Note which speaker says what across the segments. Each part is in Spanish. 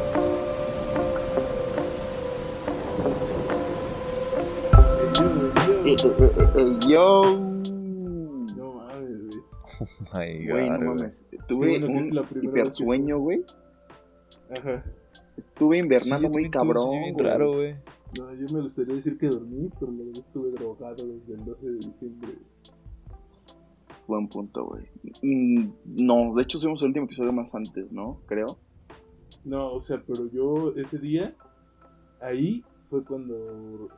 Speaker 1: Eh, eh, eh, eh, eh, yo.
Speaker 2: No mames, güey.
Speaker 3: Oh my god.
Speaker 1: Güey, no
Speaker 3: güey.
Speaker 1: mames. Tuve
Speaker 2: bueno que es la
Speaker 1: un
Speaker 2: primera
Speaker 1: hipersueño, güey.
Speaker 2: Ajá.
Speaker 1: Estuve
Speaker 3: Sí,
Speaker 1: invernando
Speaker 3: yo
Speaker 1: muy
Speaker 3: también tuve un sueño
Speaker 1: cabrón,
Speaker 3: bien
Speaker 1: güey.
Speaker 3: raro, güey.
Speaker 2: No, yo me gustaría decir que dormí, pero la verdad estuve drogado desde el 12 de diciembre.
Speaker 1: Buen punto, güey. Mm, No, de hecho subimos el último episodio más antes, ¿no? Creo.
Speaker 2: No, o sea, pero yo ese día, ahí fue cuando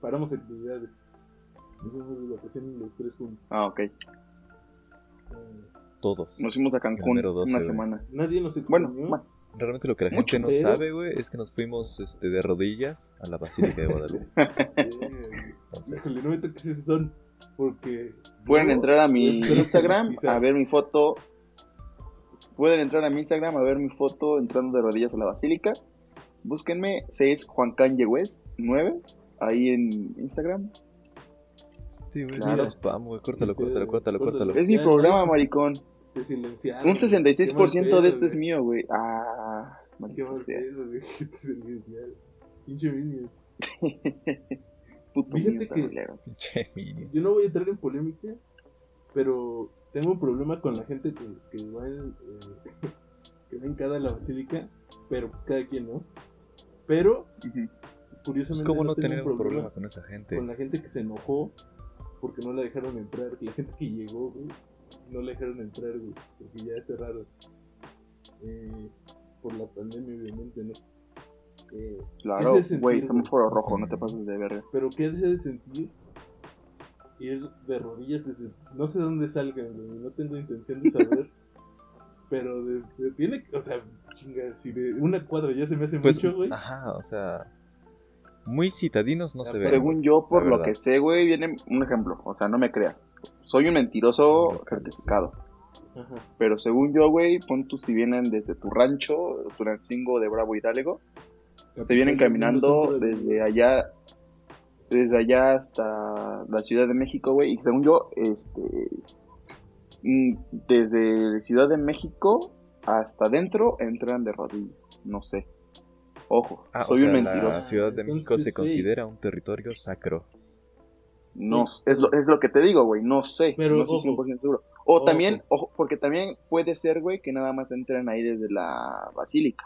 Speaker 2: paramos actividades. Nos fuimos de vacaciones los tres juntos.
Speaker 1: Ah, ok.
Speaker 2: Eh,
Speaker 3: Todos.
Speaker 1: Nos fuimos a Cancún
Speaker 3: Número 12,
Speaker 1: una
Speaker 3: güey.
Speaker 1: semana.
Speaker 2: Nadie nos
Speaker 1: Bueno,
Speaker 2: extrañó. Eh,
Speaker 1: más.
Speaker 3: Realmente lo que la
Speaker 1: Mucho,
Speaker 3: gente no
Speaker 2: pero-
Speaker 3: sabe, güey, es que nos fuimos este, de rodillas a la Basílica de Guadalupe.
Speaker 2: Eh,
Speaker 3: Entonces,
Speaker 2: Híjole, no me toques ese son, porque...
Speaker 1: Pueden
Speaker 2: yo-
Speaker 1: entrar a mi
Speaker 2: voy a empezar a
Speaker 1: Instagram
Speaker 2: politizar.
Speaker 1: a ver mi foto. Pueden entrar a mi Instagram a ver mi foto entrando de rodillas a la basílica. Búsquenme, 6 Juan Kanye West 9, ahí en Instagram.
Speaker 3: sí, güey,
Speaker 1: Claro.
Speaker 3: ya spam, güey. Córtalo, córtalo, córtalo, córtalo.
Speaker 1: Es mi
Speaker 2: Ya,
Speaker 1: programa,
Speaker 2: ya.
Speaker 1: maricón.
Speaker 2: Te silenciaron.
Speaker 1: Ah, Un 66% de este esto es
Speaker 2: mío.
Speaker 1: mío, güey. Ah,
Speaker 2: Qué
Speaker 1: maldito
Speaker 2: mal
Speaker 1: sea.
Speaker 2: pedo, güey, que te silenciaron. Pinche Minion.
Speaker 1: Puto
Speaker 2: Fíjate
Speaker 1: mío,
Speaker 2: que-
Speaker 1: tablero.
Speaker 3: Pinche minion.
Speaker 2: Yo no voy a entrar en polémica, pero tengo un problema con la gente que, que va en, eh, que va en cada la basílica, pero pues cada quien, ¿no? Pero,
Speaker 1: Ujú.
Speaker 3: Es
Speaker 2: curiosamente,
Speaker 3: como
Speaker 2: no
Speaker 3: no
Speaker 2: tengo
Speaker 3: tener
Speaker 2: un
Speaker 3: un problema
Speaker 2: problema
Speaker 3: con esa gente.
Speaker 2: con la gente que se enojó porque no la dejaron entrar, la gente que llegó, güey, no la dejaron entrar, güey, porque ya cerraron. Eh, por la pandemia, obviamente, ¿no? Eh,
Speaker 1: Claro,
Speaker 2: Ese sentido,
Speaker 1: güey,
Speaker 2: güey.
Speaker 1: semáforo rojo, no te pases de verga.
Speaker 2: Pero qué hace de sentir ir de rodillas desde. No sé dónde salgan, güey. No tengo intención de saber. pero desde. Tiene. que- O sea, chinga, si de una cuadra ya se me hace
Speaker 3: Pues,
Speaker 2: mucho, güey.
Speaker 3: ajá, o sea, muy citadinos no
Speaker 2: Ah,
Speaker 3: se ven.
Speaker 1: Según yo, por
Speaker 3: La
Speaker 1: lo
Speaker 3: verdad.
Speaker 1: que sé, güey, viene un ejemplo. O sea, no me creas. Soy un mentiroso
Speaker 3: No me creas.
Speaker 1: certificado.
Speaker 2: Ajá.
Speaker 1: Pero según yo, güey, pon tú si vienen desde tu rancho, Turancingo de Bravo Hidalgo, se vienen caminando desde allá, desde allá hasta la Ciudad de México, güey. Y según yo, este, mm, desde Ciudad de México hasta adentro entran de rodillas. No sé. Ojo,
Speaker 3: Ah,
Speaker 1: soy
Speaker 3: o sea,
Speaker 1: un mentiroso.
Speaker 3: La Ciudad de
Speaker 2: Entonces,
Speaker 3: México se
Speaker 2: sí.
Speaker 3: considera un territorio sacro.
Speaker 1: No, es lo, es lo que te digo, güey, no sé,
Speaker 2: Pero,
Speaker 1: no estoy
Speaker 2: ojo.
Speaker 1: 100% seguro. O
Speaker 2: Ojo.
Speaker 1: también, ojo, porque también puede ser, güey, que nada más entren ahí desde la basílica.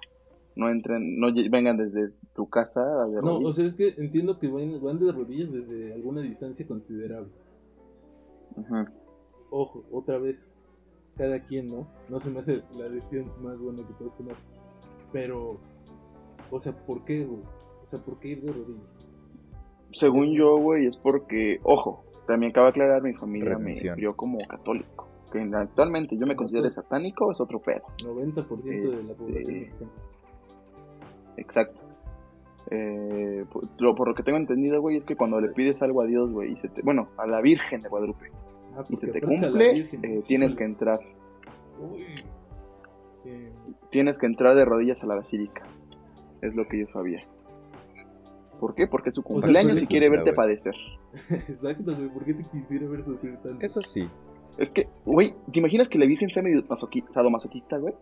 Speaker 1: No entren, no lle- vengan desde tu casa a ver.
Speaker 2: No, o sea, es que entiendo que van, van de rodillas desde alguna distancia considerable. Ojo, otra vez. Cada quien, ¿no? No se me hace la decisión más buena que puedes tomar. Pero. O sea, ¿por qué, güey? O sea, ¿por qué ir de rodillas?
Speaker 1: Según yo, güey, es porque, ojo, también acaba de aclarar, mi familia
Speaker 3: Redención.
Speaker 1: me vio como católico. Que actualmente yo me considero satánico, es otro pedo.
Speaker 2: 90% de
Speaker 1: Este,
Speaker 2: la población mexicana.
Speaker 1: Exacto. Eh, por, lo- por lo que tengo entendido, güey, es que cuando le pides algo a Dios, güey, y se te- bueno, a la Virgen de Guadalupe,
Speaker 2: Ah,
Speaker 1: y se
Speaker 2: porque
Speaker 1: te
Speaker 2: aparte a la
Speaker 1: cumple,
Speaker 2: Virgen,
Speaker 1: eh,
Speaker 2: pues,
Speaker 1: tienes que
Speaker 2: híjole.
Speaker 1: entrar.
Speaker 2: Uy. Eh,
Speaker 1: Tienes que entrar de rodillas a la basílica. Es lo que yo sabía. ¿Por qué? Porque es su
Speaker 2: sea,
Speaker 1: cumpleaños
Speaker 2: tú le
Speaker 1: y quiere
Speaker 3: cumpla,
Speaker 1: verte
Speaker 3: güey.
Speaker 1: padecer.
Speaker 2: exacto, güey. ¿Por qué te quisiera ver sufrir tanto?
Speaker 3: Eso sí,
Speaker 1: Es que, güey, ¿te imaginas que la Virgen sea medio masoqui- sadomasoquista, güey?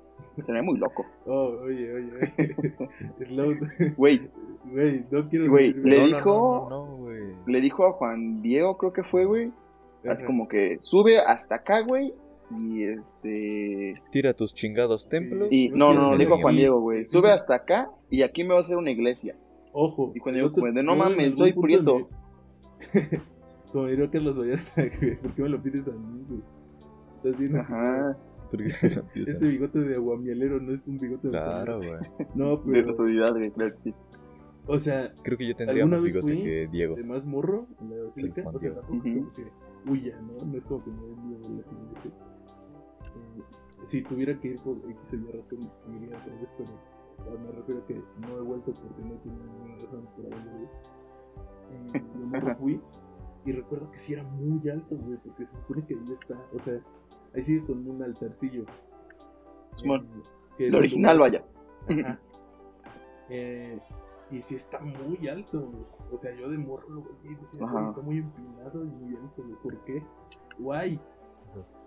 Speaker 1: Sería muy loco.
Speaker 2: Oh, oye, oye, oye. Slow,
Speaker 1: Güey,
Speaker 2: güey, no quiero
Speaker 1: Güey,
Speaker 2: sufrir,
Speaker 1: Le
Speaker 3: No, no, no,
Speaker 1: dijo-
Speaker 3: No, no, güey.
Speaker 1: le dijo a Juan Diego, creo que fue, güey.
Speaker 2: Ajá.
Speaker 1: Así como que sube hasta acá, güey. Y este.
Speaker 3: Tira tus chingados templos.
Speaker 1: Y no, no, no, le dijo a Juan
Speaker 2: Y-
Speaker 1: Diego, güey.
Speaker 2: y-
Speaker 1: Sube hasta acá y aquí me va a hacer una iglesia.
Speaker 2: Ojo.
Speaker 1: Y Juan Diego
Speaker 2: yo te-
Speaker 1: como de, no
Speaker 2: yo en
Speaker 1: mames,
Speaker 2: algún
Speaker 1: soy
Speaker 2: punto
Speaker 1: prieto.
Speaker 2: me- como diría Carlos Vallarta, güey, ¿por qué me lo pides a mí, güey? Estás bien.
Speaker 1: Ajá.
Speaker 2: Este bigote de aguamielero no es un bigote de.
Speaker 3: Claro, güey.
Speaker 2: No,
Speaker 1: De
Speaker 2: pero.
Speaker 1: autoridad, güey, claro que sí.
Speaker 2: O sea,
Speaker 3: Creo que yo tendría
Speaker 2: ¿Alguna
Speaker 3: más
Speaker 2: vez
Speaker 3: bigote
Speaker 2: fui?
Speaker 3: que Diego.
Speaker 2: de más morro en la basílica.
Speaker 3: Sí,
Speaker 2: O sea,
Speaker 3: Juan
Speaker 2: tampoco es
Speaker 1: Diego.
Speaker 2: como que huya, ¿no? No es como que me den miedo de las iglesias. Eh, si tuviera que ir por X o Y razón, iría otra vez, pero pues, me refiero a que no he vuelto porque no tenía ninguna razón para volver. Eh, yo me fui y recuerdo que sí era muy alto, güey, porque se supone que ahí está, o sea, es- ahí sigue con un altarcillo.
Speaker 1: Simón.
Speaker 2: Eh, que es
Speaker 1: El
Speaker 2: el
Speaker 1: original,
Speaker 2: lugar-
Speaker 1: vaya.
Speaker 2: Ajá. Eh, Y sí está muy alto, güey. O sea, yo de morro lo veía y decía,
Speaker 1: Ajá.
Speaker 2: "Güey, está muy empinado y muy alto, güey. ¿Por qué? Guay.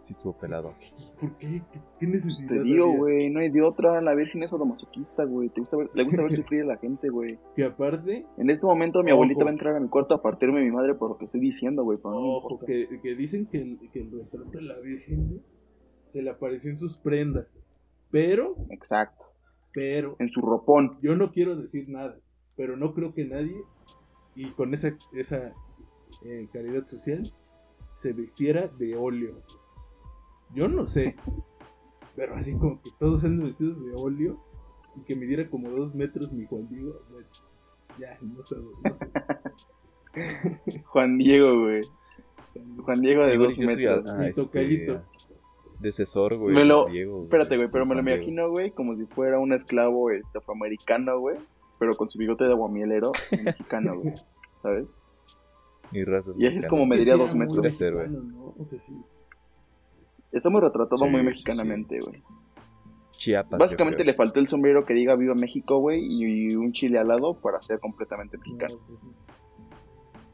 Speaker 3: Sí, estuvo pelado.
Speaker 2: ¿Por qué? ¿Qué, qué necesidad?
Speaker 1: Te digo,
Speaker 2: había?
Speaker 1: güey, no hay de otra. La Virgen es masoquista, güey. Te gusta ver- le gusta ver sufrir a la gente, güey.
Speaker 2: Que aparte,
Speaker 1: En este momento mi
Speaker 2: Ojo.
Speaker 1: abuelita va a entrar a mi cuarto a partirme de mi madre por lo que estoy diciendo, güey. Pero no me
Speaker 2: ojo,
Speaker 1: importa.
Speaker 2: que, que dicen que el, que el retrato de la Virgen güey, se le apareció en sus prendas. Pero,
Speaker 1: Exacto.
Speaker 2: pero,
Speaker 1: En su ropón.
Speaker 2: yo no quiero decir nada, pero no creo que nadie, y con esa, esa eh, caridad social, se vistiera de óleo. Yo no sé, pero así como que todos andan vestidos de óleo y que midiera como dos metros mi Juan Diego, bueno, ya, no sé, no sé.
Speaker 1: Juan Diego, güey. Juan Diego de
Speaker 3: Igual
Speaker 1: dos
Speaker 3: yo soy a-
Speaker 1: metros.
Speaker 3: a
Speaker 2: Mi
Speaker 3: este,
Speaker 2: tocallito.
Speaker 3: decesor, güey.
Speaker 1: Me lo-
Speaker 3: Diego, güey,
Speaker 1: Espérate, güey, pero me lo
Speaker 3: Juan Diego.
Speaker 1: imagino, güey, como si fuera un esclavo este, afroamericano, güey. Pero con su bigote de aguamielero y mexicano, güey. ¿Sabes?
Speaker 3: Y razas
Speaker 1: Y así es
Speaker 3: mexicanas.
Speaker 1: como me diría
Speaker 2: Que sí
Speaker 1: dos
Speaker 2: era muy
Speaker 1: metros.
Speaker 3: Puede ser, güey.
Speaker 2: mexicano, ¿no? O sea, sí.
Speaker 1: Está muy retratado
Speaker 3: Sí,
Speaker 1: muy
Speaker 3: sí,
Speaker 1: mexicanamente, güey.
Speaker 3: Chiapas.
Speaker 1: Básicamente
Speaker 3: yo creo.
Speaker 1: le faltó el sombrero que diga Viva México, güey, y un chile al lado para ser completamente mexicano.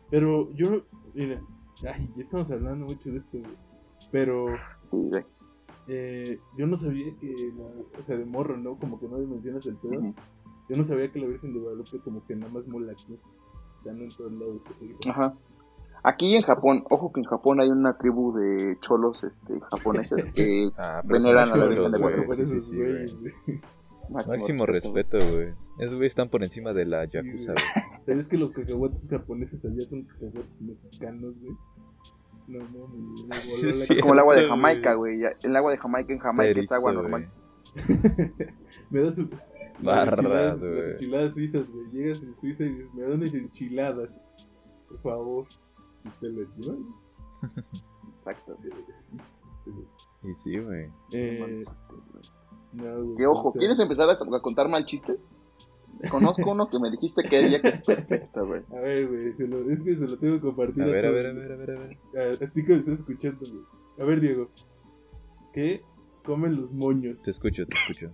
Speaker 2: Pero yo, mira, ay, ya estamos hablando mucho de esto, güey. Pero
Speaker 1: Sí, güey.
Speaker 2: eh, yo no sabía que, la- o sea, de morro, ¿no? Como que no dimensionas el pedo.
Speaker 1: Ujú.
Speaker 2: Yo no sabía que la Virgen de Guadalupe como que nada más mola aquí. Ya no en todos lados. eh. güey.
Speaker 1: Ajá. Aquí en Japón, ojo que en Japón hay una tribu de cholos este, japoneses que
Speaker 3: Ah, pero
Speaker 1: veneran
Speaker 3: son
Speaker 1: a la Virgen de
Speaker 3: chulos,
Speaker 1: Guadalupe.
Speaker 3: güey,
Speaker 2: Por
Speaker 3: sí,
Speaker 2: esos
Speaker 3: sí, sí, güey.
Speaker 2: güeyes, güey.
Speaker 3: Máximo respeto, güey. Esos güeyes están por encima de la yakuza,
Speaker 2: güey.
Speaker 3: güey.
Speaker 2: Pero es que los cacahuates japoneses allá son cacahuates mexicanos, güey. No, no, me, me
Speaker 3: Sí,
Speaker 2: voló la
Speaker 3: sí.
Speaker 2: cabeza.
Speaker 1: Es como el agua de
Speaker 3: Eso,
Speaker 1: Jamaica, güey. ya- El agua de Jamaica en Jamaica es
Speaker 3: Erizo,
Speaker 1: agua
Speaker 3: güey.
Speaker 1: normal.
Speaker 2: Me da su.
Speaker 3: Barras,
Speaker 2: las enchiladas- Las
Speaker 3: güey.
Speaker 2: enchiladas suizas, güey. Llegas en Suiza y dices, me dan unas enchiladas. Por favor. Y te lo llevan. este,
Speaker 1: Exacto.
Speaker 3: Y sí, güey.
Speaker 1: No
Speaker 2: Eh,
Speaker 1: mames, chistes, güey.
Speaker 2: no, güey,
Speaker 1: Que ojo,
Speaker 2: o sea,
Speaker 1: ¿quieres empezar a, a contar mal chistes? Conozco uno que me dijiste que era que es perfecto, güey.
Speaker 2: A ver, güey, se lo- es que se lo tengo que compartir.
Speaker 3: A ver, a
Speaker 2: todos,
Speaker 3: ver, a ver, a ver, a ver.
Speaker 2: güey. A, a ti que me estás escuchando, güey. A ver, Diego. ¿Qué comen los moños?
Speaker 3: Te escucho, te escucho.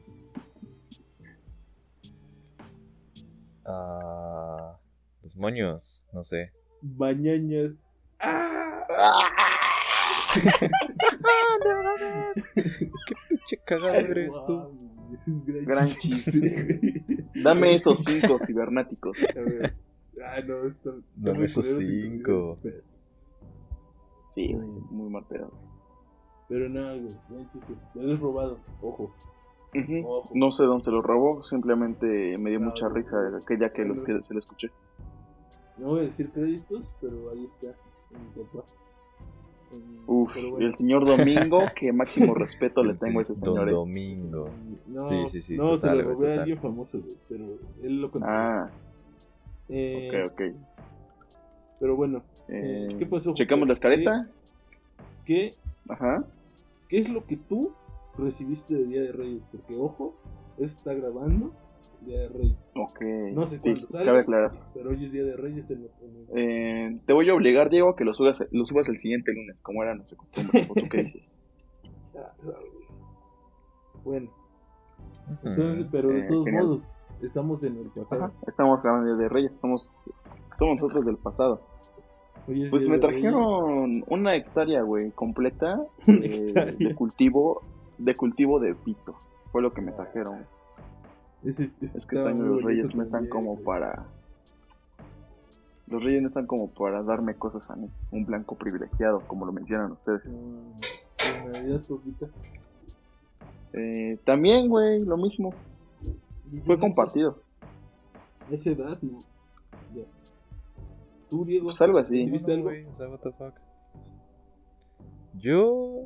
Speaker 3: Ah, los moños, no sé.
Speaker 2: Bañañas. ¡Ah!
Speaker 3: Che cagado eres tú.
Speaker 2: Guau, es un gran,
Speaker 1: Gran
Speaker 2: chiste. güey.
Speaker 1: Dame esos cinco cibernáticos.
Speaker 2: A ver. Ah, no, está. está
Speaker 3: Dame
Speaker 2: muy
Speaker 3: esos
Speaker 2: culero si te
Speaker 3: cinco.
Speaker 2: dices,
Speaker 1: Sí,
Speaker 2: pero-
Speaker 1: güey. Muy mal pedo.
Speaker 2: Pero nada, güey, buen chiste. Lo he robado, ojo.
Speaker 1: Ujú.
Speaker 2: ojo.
Speaker 1: No sé dónde se lo robó, simplemente me dio
Speaker 2: No,
Speaker 1: mucha
Speaker 2: no.
Speaker 1: risa aquella que, los, que se lo escuché.
Speaker 2: No voy a decir créditos, pero ahí está, en mi papá. En-
Speaker 1: Uf,
Speaker 2: pero
Speaker 1: y el señor Domingo, que máximo respeto le tengo a ese
Speaker 3: Don
Speaker 1: señor. eh.
Speaker 3: Domingo.
Speaker 2: No,
Speaker 3: Sí, sí, sí,
Speaker 2: no se
Speaker 3: total,
Speaker 2: lo
Speaker 3: güey,
Speaker 2: robé
Speaker 3: total.
Speaker 2: a alguien famoso, güey, pero él lo contó.
Speaker 1: Ah, ok,
Speaker 2: Eh,
Speaker 1: ok.
Speaker 2: Pero bueno,
Speaker 1: Eh,
Speaker 2: ¿qué pasó?
Speaker 1: ¿Checamos la escaleta?
Speaker 2: ¿qué,
Speaker 1: Ajá.
Speaker 2: ¿qué es lo que tú recibiste de Día de Reyes? Porque, ojo, esto está grabando Día de Reyes.
Speaker 1: Ok.
Speaker 2: No sé
Speaker 1: sí,
Speaker 2: cuándo
Speaker 1: cabe
Speaker 2: sale,
Speaker 1: aclarar.
Speaker 2: pero hoy es Día de Reyes en nuestro mundo.
Speaker 1: Eh, te voy a obligar, Diego, a que lo subas, lo subas el siguiente lunes, como era nuestra costumbre. ¿O tú qué dices?
Speaker 2: Ah, ah, güey. Bueno,
Speaker 3: Ujú.
Speaker 2: entonces, pero de
Speaker 1: eh,
Speaker 2: todos
Speaker 1: genial.
Speaker 2: modos, estamos en el pasado.
Speaker 1: Ajá. Estamos grabando Día de Reyes, somos, somos nosotros del pasado.
Speaker 2: Hoy es
Speaker 1: Pues
Speaker 2: Día
Speaker 1: me
Speaker 2: de
Speaker 1: trajeron una hectárea, güey, completa
Speaker 2: Una
Speaker 1: eh,
Speaker 2: hectárea.
Speaker 1: de cultivo de cultivo de pito. Fue lo que me trajeron.
Speaker 2: Reyes. Ese- ese
Speaker 1: Es que
Speaker 2: está
Speaker 1: este año
Speaker 2: muy
Speaker 1: los
Speaker 2: bonito
Speaker 1: reyes no están
Speaker 2: también,
Speaker 1: como
Speaker 2: güey.
Speaker 1: para... Los reyes no están como para darme cosas a mí. Un blanco privilegiado, como lo mencionan ustedes.
Speaker 2: Mm, En Navidad poquita.
Speaker 1: Eh, también, güey, lo mismo.
Speaker 2: Dices,
Speaker 1: Fue
Speaker 2: "No,
Speaker 1: compartido.
Speaker 2: pues, Esa edad, ¿no? Ya. Tú, Diego.
Speaker 1: Pues algo así.
Speaker 2: ¿Recibiste algo?
Speaker 3: Bueno, güey, o sea, what the fuck. Yo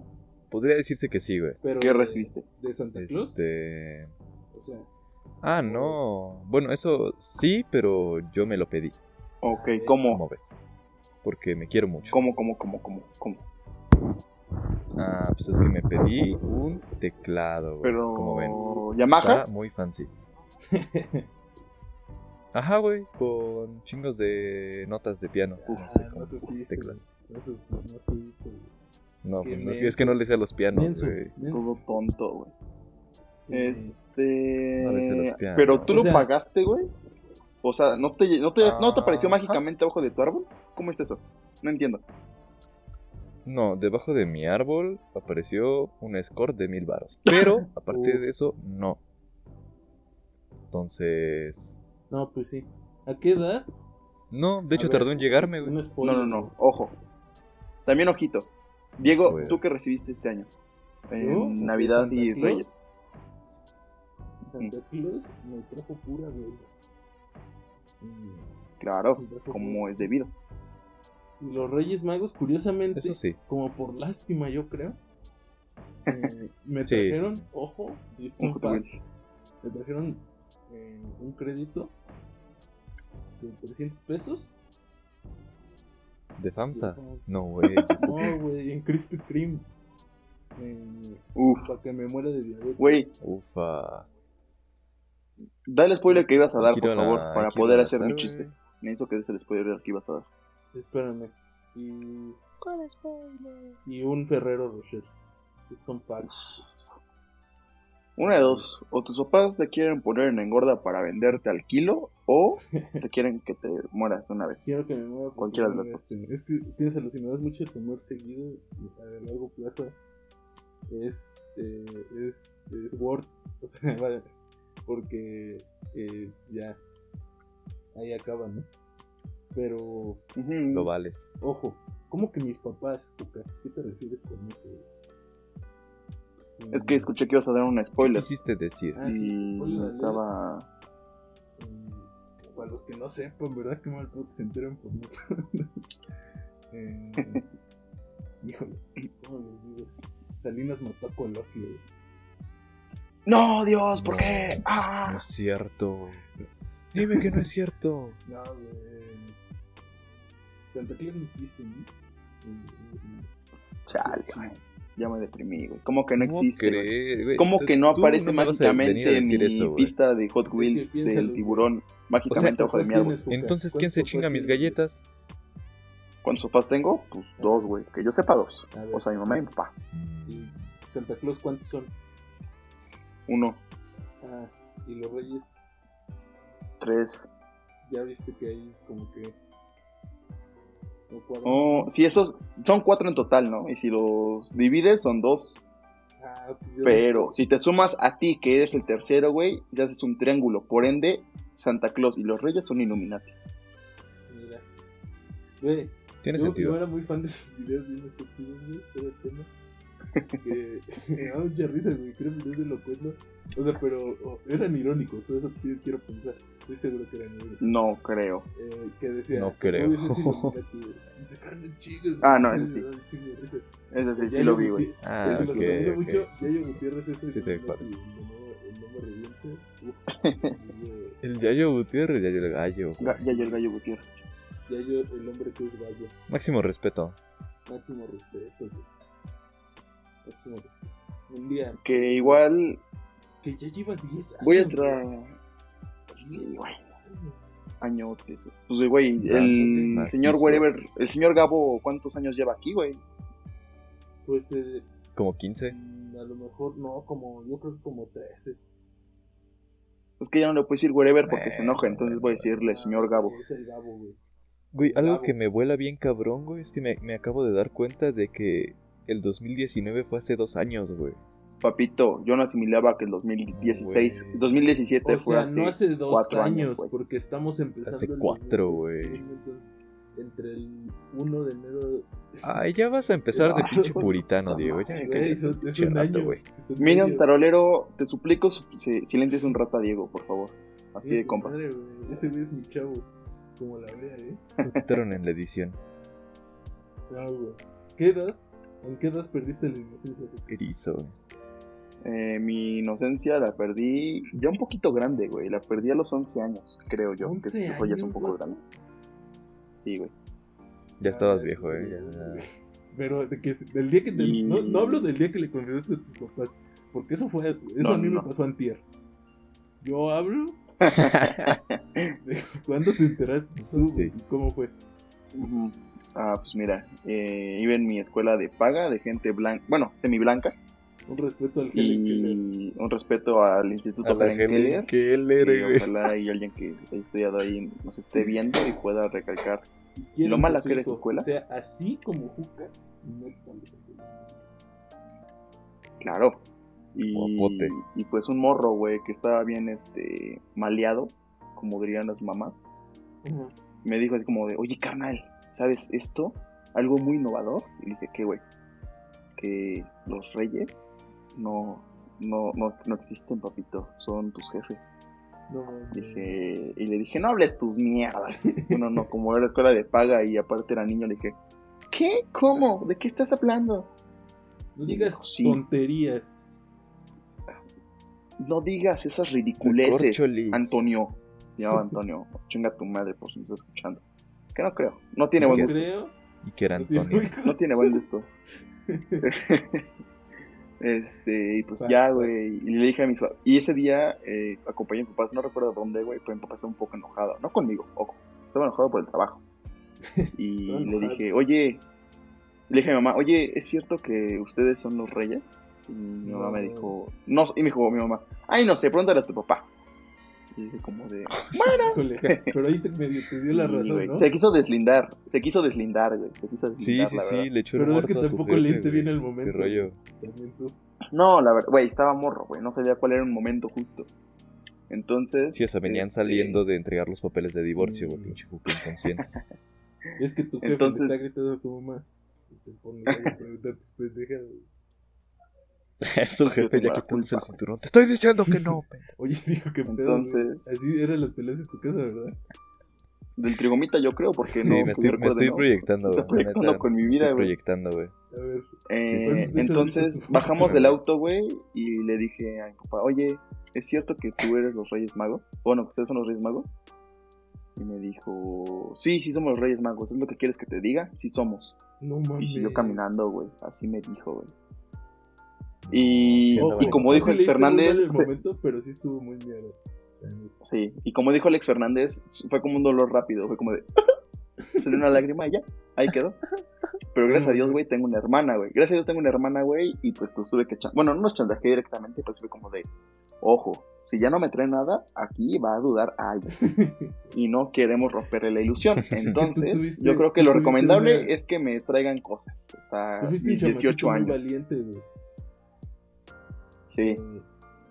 Speaker 3: podría decirse que sí, güey.
Speaker 2: Pero
Speaker 1: ¿Qué
Speaker 2: de-
Speaker 1: recibiste? Pues,
Speaker 2: ¿De Santa Claus?
Speaker 3: Este.
Speaker 2: O sea,
Speaker 3: Ah, no. Bueno, eso sí, pero yo me lo pedí.
Speaker 1: Ok,
Speaker 2: eh,
Speaker 1: ¿cómo?
Speaker 3: ¿Cómo ves? Porque me quiero mucho.
Speaker 1: ¿Cómo, cómo, cómo, cómo, cómo?
Speaker 3: Ah, pues es que me pedí un teclado, güey. Como ven.
Speaker 1: Pero... ¿Yamaha?
Speaker 3: Está muy fancy. Ajá, güey. Con chingos de notas de piano.
Speaker 2: ah,
Speaker 3: No sé,
Speaker 2: no
Speaker 3: con
Speaker 2: supiste.
Speaker 3: teclas.
Speaker 2: güey, No supiste. No supiste. güey.
Speaker 3: No,
Speaker 2: Qué
Speaker 3: pues, no, es
Speaker 2: menso.
Speaker 3: que no le sé a los pianos,
Speaker 2: Menso,
Speaker 3: güey.
Speaker 2: men-
Speaker 1: Todo tonto, güey.
Speaker 2: eh,
Speaker 1: Este...
Speaker 3: No, le sé los pianos.
Speaker 1: Pero tú
Speaker 2: O
Speaker 1: lo
Speaker 2: sea-
Speaker 1: pagaste, güey. O sea, ¿no te, no te, ¿no te apareció mágicamente abajo de tu árbol? ¿Cómo es eso? No entiendo.
Speaker 3: No, debajo de mi árbol apareció un score de mil varos. Pero a partir de eso, no. Entonces.
Speaker 2: No, pues sí. ¿A qué edad?
Speaker 3: No, de hecho
Speaker 2: A ver,
Speaker 3: tardó en llegarme, güey.
Speaker 2: Un
Speaker 1: No,
Speaker 2: spoiler.
Speaker 1: no, no. Ojo. También ojito. Diego,
Speaker 3: Bueno.
Speaker 1: ¿tú qué recibiste este año? En
Speaker 2: ¿Yo?
Speaker 1: Navidad y
Speaker 2: ¿Santa Claus?
Speaker 1: Reyes.
Speaker 2: Santa
Speaker 1: Mm.
Speaker 2: Claus me trajo pura verga. Y-
Speaker 1: Claro,
Speaker 2: me
Speaker 3: pues
Speaker 2: trajo
Speaker 1: como Mm. es debido.
Speaker 2: Y los Reyes Magos, curiosamente,
Speaker 3: Eso sí.
Speaker 2: como por lástima, yo creo, eh, me
Speaker 3: Sí,
Speaker 2: trajeron,
Speaker 3: sí, sí.
Speaker 2: ojo, y
Speaker 1: Un
Speaker 2: fun
Speaker 1: Hot
Speaker 2: fact, me trajeron eh, un crédito de 300 pesos.
Speaker 3: ¿De FAMSA?
Speaker 2: De FAMSA.
Speaker 3: No, güey.
Speaker 2: No, güey, en Krispy Kreme. Eh,
Speaker 1: Uf,
Speaker 2: para que me muera de diabetes.
Speaker 1: güey,
Speaker 3: Ufa.
Speaker 1: da el spoiler que ibas a dar,
Speaker 3: Quiero
Speaker 1: por favor,
Speaker 3: la-
Speaker 1: para
Speaker 3: quiero
Speaker 1: poder
Speaker 3: la
Speaker 1: hacer
Speaker 3: tarde.
Speaker 1: mi chiste. Necesito que des el spoiler que ibas a dar.
Speaker 2: Espérame. Y. Y un Ferrero Rocher. que Son packs.
Speaker 1: Una de dos, o tus papás te quieren poner en engorda para venderte al kilo, o te quieren que te mueras de una vez.
Speaker 2: Quiero que me mueva porque
Speaker 1: Cualquiera de
Speaker 2: no
Speaker 1: las
Speaker 2: me
Speaker 1: dos.
Speaker 2: hacen. Es que piénsalo, si me das mucho de comer seguido y a largo plazo es eh, es es worth, o sea, vale, porque eh, ya ahí acaba, ¿no? Pero
Speaker 1: Ujú.
Speaker 3: Lo vales.
Speaker 2: ojo, ¿cómo que mis papás? Tuca? ¿Qué te refieres con eso?
Speaker 1: Es que escuché que ibas a dar un
Speaker 3: ¿Qué
Speaker 1: spoiler
Speaker 3: quisiste decir?
Speaker 2: Ah, sí,
Speaker 1: y
Speaker 2: spoiler alert.
Speaker 1: estaba...
Speaker 2: Mm, Para los que no sepan, ¿verdad? Qué mal pedo que se enteren por nosotros. eh, híjole, ¿cómo les digo? Salinas mató a Colosio. güey.
Speaker 1: ¡No, Dios! ¿Por
Speaker 3: No.
Speaker 1: qué?
Speaker 3: No
Speaker 1: ¡Ah!
Speaker 3: es cierto. Dime que no es cierto.
Speaker 2: No, güey. Santa Claus no existe, ¿no? Mm,
Speaker 1: pues, Chale, güey. ya me deprimí, güey. ¿Cómo que no
Speaker 3: ¿Cómo
Speaker 1: existe? güey?
Speaker 3: crees, güey?
Speaker 1: ¿Cómo
Speaker 3: Tú-
Speaker 1: que no
Speaker 3: tú
Speaker 1: aparece
Speaker 3: me vas a venir a
Speaker 1: mágicamente en mi
Speaker 3: decir eso, güey.
Speaker 1: pista de Hot
Speaker 2: que
Speaker 1: Wheels
Speaker 2: piénsalo,
Speaker 1: del
Speaker 2: güey.
Speaker 1: tiburón mágicamente abajo de mi
Speaker 2: ¿cuántos
Speaker 1: árbol?
Speaker 2: tienes, Juca?
Speaker 3: Entonces, ¿quién
Speaker 2: ¿Cuántos
Speaker 3: se
Speaker 2: papás
Speaker 3: chinga mis
Speaker 2: tienes?
Speaker 3: galletas?
Speaker 1: ¿Cuántos papás tengo? Pues dos, güey. Que yo sepa dos.
Speaker 2: A ver,
Speaker 1: O sea, mi mamá y mi papá.
Speaker 2: ¿y Santa Claus, ¿cuántos son?
Speaker 1: Uno,
Speaker 2: Ah, y los reyes,
Speaker 1: tres.
Speaker 2: ya viste que hay como que. como cuatro.
Speaker 1: Oh, sí, esos son cuatro en total, ¿no? Y si los divides son dos.
Speaker 2: Ah, pues yo-
Speaker 1: Pero si te sumas a ti, que eres el tercero, güey, ya haces un triángulo. Por ende, Santa Claus y los Reyes son Illuminati.
Speaker 2: Mira. Güey,
Speaker 3: Tiene
Speaker 2: Yo, yo
Speaker 3: sentido.
Speaker 2: era muy fan de sus videos bien estúpidos, güey, todo el tema. Que me daba mucha risa, güey, que eran videos de locuendo. O sea, pero o- eran irónicos, por eso quiero- quiero pensar. Estoy seguro que eran irónicos.
Speaker 1: No creo.
Speaker 2: Eh, que decía,
Speaker 3: No creo.
Speaker 2: "Uy, ese es Illuminati", güey. Y sacaron un chingo de-
Speaker 1: Ah, no, ese sí.
Speaker 2: me daba un chingo de risa.
Speaker 1: Eso sí,
Speaker 2: Ya
Speaker 1: sí lo
Speaker 2: yo
Speaker 1: vi,
Speaker 2: Guti-
Speaker 1: güey.
Speaker 3: Ah,
Speaker 2: yo
Speaker 3: ok,
Speaker 2: lo recomiendo
Speaker 3: ok.
Speaker 2: mucho, Yayo Gutiérrez es el
Speaker 3: Sí, te
Speaker 2: Illuminati,
Speaker 3: parece.
Speaker 2: el nuevo- el nuevo reviente. Uf, güey.
Speaker 3: El Yayo Gutiérrez, el Yayo el Gallo.
Speaker 1: Ga- Ya yo el gallo Gutiérrez.
Speaker 2: Yayo, el hombre que es gallo.
Speaker 3: Máximo respeto.
Speaker 2: Máximo respeto, güey. Máximo respeto. Un día
Speaker 1: Que igual
Speaker 2: que ya lleva 10 años.
Speaker 1: voy a
Speaker 2: güey.
Speaker 1: entrar. Sí, güey. añotes. Pues, güey,
Speaker 3: Ah,
Speaker 1: el
Speaker 3: macizo.
Speaker 1: señor Wherever, el señor Gabo, ¿cuántos años lleva aquí, güey?
Speaker 2: Pues eh,
Speaker 3: Como 15.
Speaker 2: mm, a lo mejor no, como yo creo que como 13.
Speaker 1: Es que ya no le puedo decir Wherever porque
Speaker 3: Eh,
Speaker 1: se enoja, entonces voy a decirle, señor Gabo.
Speaker 2: Ah, Es el Gabo, güey.
Speaker 3: Güey, algo
Speaker 2: Bravo.
Speaker 3: que me vuela bien cabrón, güey, es que me, me acabo de dar cuenta de que el 2019 fue hace dos años, güey.
Speaker 1: Papito, yo no asimilaba que el 2016,
Speaker 3: Güey.
Speaker 1: 2017
Speaker 2: O
Speaker 1: Este fue
Speaker 2: sea,
Speaker 1: hace.
Speaker 2: no hace dos
Speaker 1: cuatro años,
Speaker 2: años,
Speaker 1: güey.
Speaker 2: porque estamos empezando.
Speaker 3: Hace
Speaker 2: el
Speaker 3: cuatro,
Speaker 2: 2021,
Speaker 3: güey.
Speaker 2: entonces, Entre el 1 de enero.
Speaker 3: Ay, ya vas a empezar de
Speaker 2: Ah,
Speaker 3: pinche puritano,
Speaker 1: no,
Speaker 3: Diego. Ya
Speaker 1: güey,
Speaker 3: cállate,
Speaker 2: eso- es
Speaker 3: pinche
Speaker 2: un
Speaker 3: rato,
Speaker 2: año.
Speaker 3: güey.
Speaker 2: este
Speaker 1: Mira,
Speaker 2: medio.
Speaker 1: tarolero, te suplico si, silencies un rato a Diego, por favor. Así
Speaker 2: Sí,
Speaker 1: de compas.
Speaker 2: madre, güey, Ese güey es mi chavo. Como la vea, eh.
Speaker 3: Lo quitaron en la edición.
Speaker 2: No, güey. ¿Qué edad? ¿En qué edad perdiste la inocencia? güey?
Speaker 3: Erizo, güey.
Speaker 1: Eh, mi inocencia la perdí ya un poquito grande, güey. La perdí a los 11 años, creo yo. Que
Speaker 2: 11
Speaker 1: eso ya es un
Speaker 2: años,
Speaker 1: poco
Speaker 2: vato.
Speaker 1: grande. Sí, güey.
Speaker 3: Ya
Speaker 2: Ah,
Speaker 3: estabas
Speaker 2: sí,
Speaker 3: viejo,
Speaker 2: sí,
Speaker 3: eh.
Speaker 2: sí,
Speaker 3: ya-
Speaker 2: sí. Pero de que, del día que te-
Speaker 1: Y-
Speaker 2: no, no hablo del día que le confesaste a tus papás, porque eso fue, eso
Speaker 1: No,
Speaker 2: a mí
Speaker 1: no.
Speaker 2: me pasó antier. Yo hablo de cuándo te enteraste
Speaker 3: Eso
Speaker 2: tú,
Speaker 3: sí.
Speaker 2: güey, y cómo fue.
Speaker 1: Ujú. Ah, pues mira, eh, iba en mi escuela de paga de gente blanca, bueno, semiblanca.
Speaker 2: Un respeto al Helen Keller.
Speaker 1: Y un respeto al Instituto
Speaker 3: A la
Speaker 1: Helen Keller.
Speaker 3: Helen Keller,
Speaker 1: que
Speaker 3: güey.
Speaker 1: ojalá hay alguien que haya estudiado ahí nos esté viendo y pueda recalcar.
Speaker 2: Quiero
Speaker 1: lo
Speaker 2: un
Speaker 1: mala que era esa
Speaker 2: consejo,
Speaker 1: escuela.
Speaker 2: O sea, así como Juca, no es tan difícil.
Speaker 1: Claro. Y,
Speaker 3: Guapote.
Speaker 1: y pues un morro, güey, que estaba bien este maleado, como dirían las mamás. Me dijo así como de, oye, carnal, ¿sabes esto? Algo muy innovador. Y dije, ¿qué, güey? Que los reyes no, no, no, no existen, papito. Son tus jefes.
Speaker 2: No, no.
Speaker 1: Dije, y le dije, no hables tus mierdas. Bueno, no, como era escuela de paga y aparte era niño, le dije, ¿qué? ¿Cómo? ¿De qué estás hablando?
Speaker 2: No digas
Speaker 1: Sí.
Speaker 2: tonterías.
Speaker 1: No digas esas ridiculeces,
Speaker 3: Recorcholis.
Speaker 1: Antonio. Ya, Antonio, chinga tu madre por si me estás escuchando. Que no creo, no tiene
Speaker 2: No
Speaker 1: buen gusto.
Speaker 2: creo.
Speaker 3: Y que era
Speaker 2: no tiene
Speaker 3: Antonio.
Speaker 2: buen
Speaker 1: No tiene buen gusto. este, y pues ya, güey. Y le dije a mis papás. Y ese día eh, acompañé a mis papás, no recuerdo dónde, güey, pero mi papá estaba un poco enojado. No conmigo, ojo. Estaba enojado por el trabajo. Y
Speaker 2: Estaba
Speaker 1: le
Speaker 2: enojado.
Speaker 1: dije, oye. Le dije a mi mamá, oye, ¿es cierto que ustedes son los reyes? Y mi mamá me
Speaker 2: No.
Speaker 1: dijo, no. Y me dijo mi mamá, ay, no sé, pregúntale a tu papá. Y dije, como de.
Speaker 2: Híjole, pero ahí te medio te dio la
Speaker 1: "Sí,
Speaker 2: razón,
Speaker 1: güey".
Speaker 2: ¿no?
Speaker 1: Se quiso deslindar, se quiso deslindar, güey. Se quiso
Speaker 3: Sí,
Speaker 1: deslindar,
Speaker 3: sí,
Speaker 1: la verdad.
Speaker 3: sí, le echó
Speaker 2: Pero
Speaker 3: el
Speaker 2: es
Speaker 3: muerto
Speaker 2: que
Speaker 3: a tu
Speaker 2: tampoco
Speaker 3: jefe,
Speaker 2: leíste
Speaker 3: güey.
Speaker 2: bien el
Speaker 3: Qué
Speaker 2: momento.
Speaker 3: rollo.
Speaker 2: También tú.
Speaker 1: No, la verdad, güey, estaba morro, güey, no sabía cuál era el momento justo. Entonces.
Speaker 3: Sí, o sea, venían
Speaker 1: este,
Speaker 3: saliendo de entregar los papeles de divorcio, güey,
Speaker 2: Mm.
Speaker 3: pinche Juca inconsciente.
Speaker 2: Es que tu jefe
Speaker 1: Entonces-
Speaker 2: te está gritando a tu mamá. Y te pone a preguntar tus pendejas. güey.
Speaker 3: Eso,
Speaker 1: Yo
Speaker 3: jefe,
Speaker 1: tengo
Speaker 3: ya
Speaker 1: la
Speaker 3: quitándose el
Speaker 1: culpa.
Speaker 3: cinturón. Te estoy diciendo que no, pendejo.
Speaker 2: Oye, dijo que pedo, güey. Eh,
Speaker 1: Entonces,
Speaker 2: Así eran las peleas en tu casa, ¿verdad?
Speaker 1: del trigomita yo creo, porque
Speaker 3: Sí,
Speaker 1: no.
Speaker 3: me estoy, me
Speaker 1: recuerdo,
Speaker 3: estoy
Speaker 1: ¿no? Se
Speaker 3: proyectando, güey.
Speaker 1: está
Speaker 3: la
Speaker 1: proyectando
Speaker 3: neta,
Speaker 1: con mi
Speaker 3: me
Speaker 1: vida,
Speaker 3: estoy
Speaker 1: güey.
Speaker 3: proyectando, güey.
Speaker 2: A ver.
Speaker 1: Eh,
Speaker 3: Sí.
Speaker 2: ¿Cuántas veces has
Speaker 1: entonces
Speaker 2: visto tu
Speaker 1: bajamos
Speaker 3: cara,
Speaker 1: del
Speaker 3: güey?
Speaker 1: auto, güey, y le dije a mi papá, oye, ¿es cierto que tú eres los Reyes Magos? Bueno, que ustedes son los Reyes Magos. Y me dijo, sí, sí somos los Reyes Magos, ¿es lo que quieres que te diga? Sí somos.
Speaker 2: No mames.
Speaker 1: Y siguió caminando, güey, así me dijo, güey. Y,
Speaker 3: Sí,
Speaker 2: Ojo,
Speaker 3: andaba
Speaker 1: y como
Speaker 2: no
Speaker 1: dijo
Speaker 2: se
Speaker 1: Alex
Speaker 2: leíste muy
Speaker 1: Fernández,
Speaker 2: mal el
Speaker 1: se-
Speaker 2: momento, pero sí estuvo muy mierda.
Speaker 1: Sí, y como dijo Alex Fernández, fue como un dolor rápido, fue como de... Salió una lágrima y ya, ahí quedó. Pero gracias a Dios, güey, tengo una hermana, güey. Gracias a Dios tengo una hermana, güey, y pues, pues tuve que... chan- Bueno, no los chantajé directamente, pues fue como de... Ojo, si ya no me trae nada, aquí va a dudar alguien. Y no queremos romperle la ilusión.
Speaker 2: Tú
Speaker 1: Entonces,
Speaker 2: tuviste-
Speaker 1: yo creo que
Speaker 2: tú
Speaker 1: lo
Speaker 2: tuviste
Speaker 1: recomendable
Speaker 2: una-
Speaker 1: es que me traigan cosas. Hasta
Speaker 2: Tú fuiste un
Speaker 1: mis
Speaker 2: chamaquito
Speaker 1: 18
Speaker 2: muy
Speaker 1: Ah, años.
Speaker 2: valiente, güey.
Speaker 1: Sí,
Speaker 2: Eh,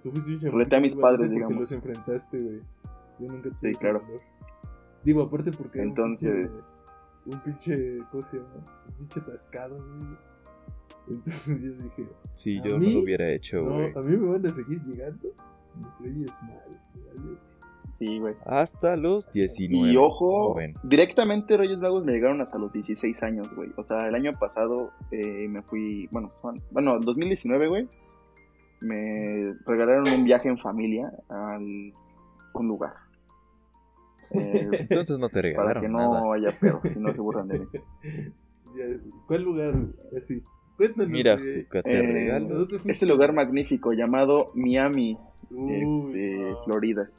Speaker 2: Tú fuiste un chamaquito
Speaker 1: Reté a
Speaker 2: muy
Speaker 1: mis padres,
Speaker 2: valiente porque
Speaker 1: digamos.
Speaker 2: los enfrentaste, güey. Yo nunca tuve
Speaker 1: Sí,
Speaker 2: ese
Speaker 1: claro.
Speaker 2: valor. Digo, aparte porque... era un pinche-
Speaker 1: entonces...
Speaker 2: un pinche, ¿cómo se llama? Un pinche atascado, güey. Entonces yo dije,
Speaker 3: Sí,
Speaker 2: ¿A
Speaker 3: yo no
Speaker 2: mí?
Speaker 3: lo hubiera hecho,
Speaker 2: no,
Speaker 3: güey.
Speaker 2: a mí me van a seguir llegando. Me reyes mal, ¿vale?
Speaker 1: Sí, güey.
Speaker 3: Hasta los 19.
Speaker 1: Y ojo,
Speaker 3: como ven.
Speaker 1: directamente Reyes Magos me llegaron hasta los 16 años, güey. O sea, el año pasado eh, me fui, bueno, son, bueno, en 2019, güey, me regalaron un viaje en familia a un lugar. Eh,
Speaker 3: Entonces no te
Speaker 1: para que
Speaker 3: regalaron
Speaker 1: no
Speaker 3: nada.
Speaker 1: haya perros y no se burlan de mí.
Speaker 2: Ya, ¿Cuál lugar? güey? Así, cuéntanos,
Speaker 3: Mira,
Speaker 2: güey.
Speaker 3: Juca, te
Speaker 1: Eh,
Speaker 3: regalo.
Speaker 2: ¿Dónde fuiste?
Speaker 1: Ese lugar magnífico llamado Miami,
Speaker 2: Uy,
Speaker 1: este,
Speaker 2: no.
Speaker 1: Florida.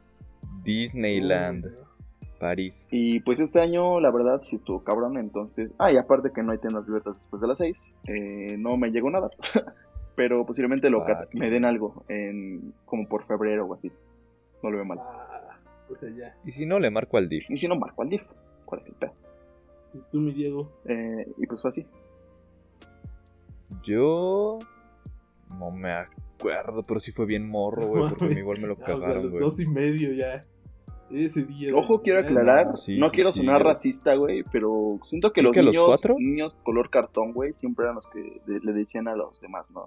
Speaker 3: Disneyland,
Speaker 2: Uy, no.
Speaker 3: París.
Speaker 1: Y pues este año, la verdad, sí estuvo cabrón, entonces... Ah, y aparte que no hay tiendas abiertas después de las 6, eh, no me llegó nada. Pero posiblemente lo
Speaker 3: Ah,
Speaker 1: cat- me den algo, en, como por febrero o así. No lo veo mal.
Speaker 2: Ah, o sea, ya.
Speaker 3: Y si no, le marco al DIF.
Speaker 1: Y si no, marco al DIF. ¿Cuál es el pedo?
Speaker 2: ¿Y Tú, mi Diego. ah,
Speaker 1: Eh, y pues fue así.
Speaker 3: Yo. No me acuerdo, pero sí fue bien morro, güey, porque a mí igual me lo
Speaker 2: Ya, o sea, a
Speaker 3: cagaron,
Speaker 2: los
Speaker 3: güey.
Speaker 2: dos y medio ya. Ese día.
Speaker 1: Ojo,
Speaker 2: güey,
Speaker 1: quiero
Speaker 2: ya,
Speaker 1: aclarar,
Speaker 3: no, sí,
Speaker 1: no
Speaker 3: sí,
Speaker 1: quiero
Speaker 3: sí,
Speaker 1: sonar
Speaker 3: yo-
Speaker 1: racista, güey, pero siento que
Speaker 3: Creo
Speaker 1: los,
Speaker 3: que los
Speaker 1: niños,
Speaker 3: cuatro.
Speaker 1: niños color cartón, güey, siempre eran los que le, le decían a los demás, ¿no?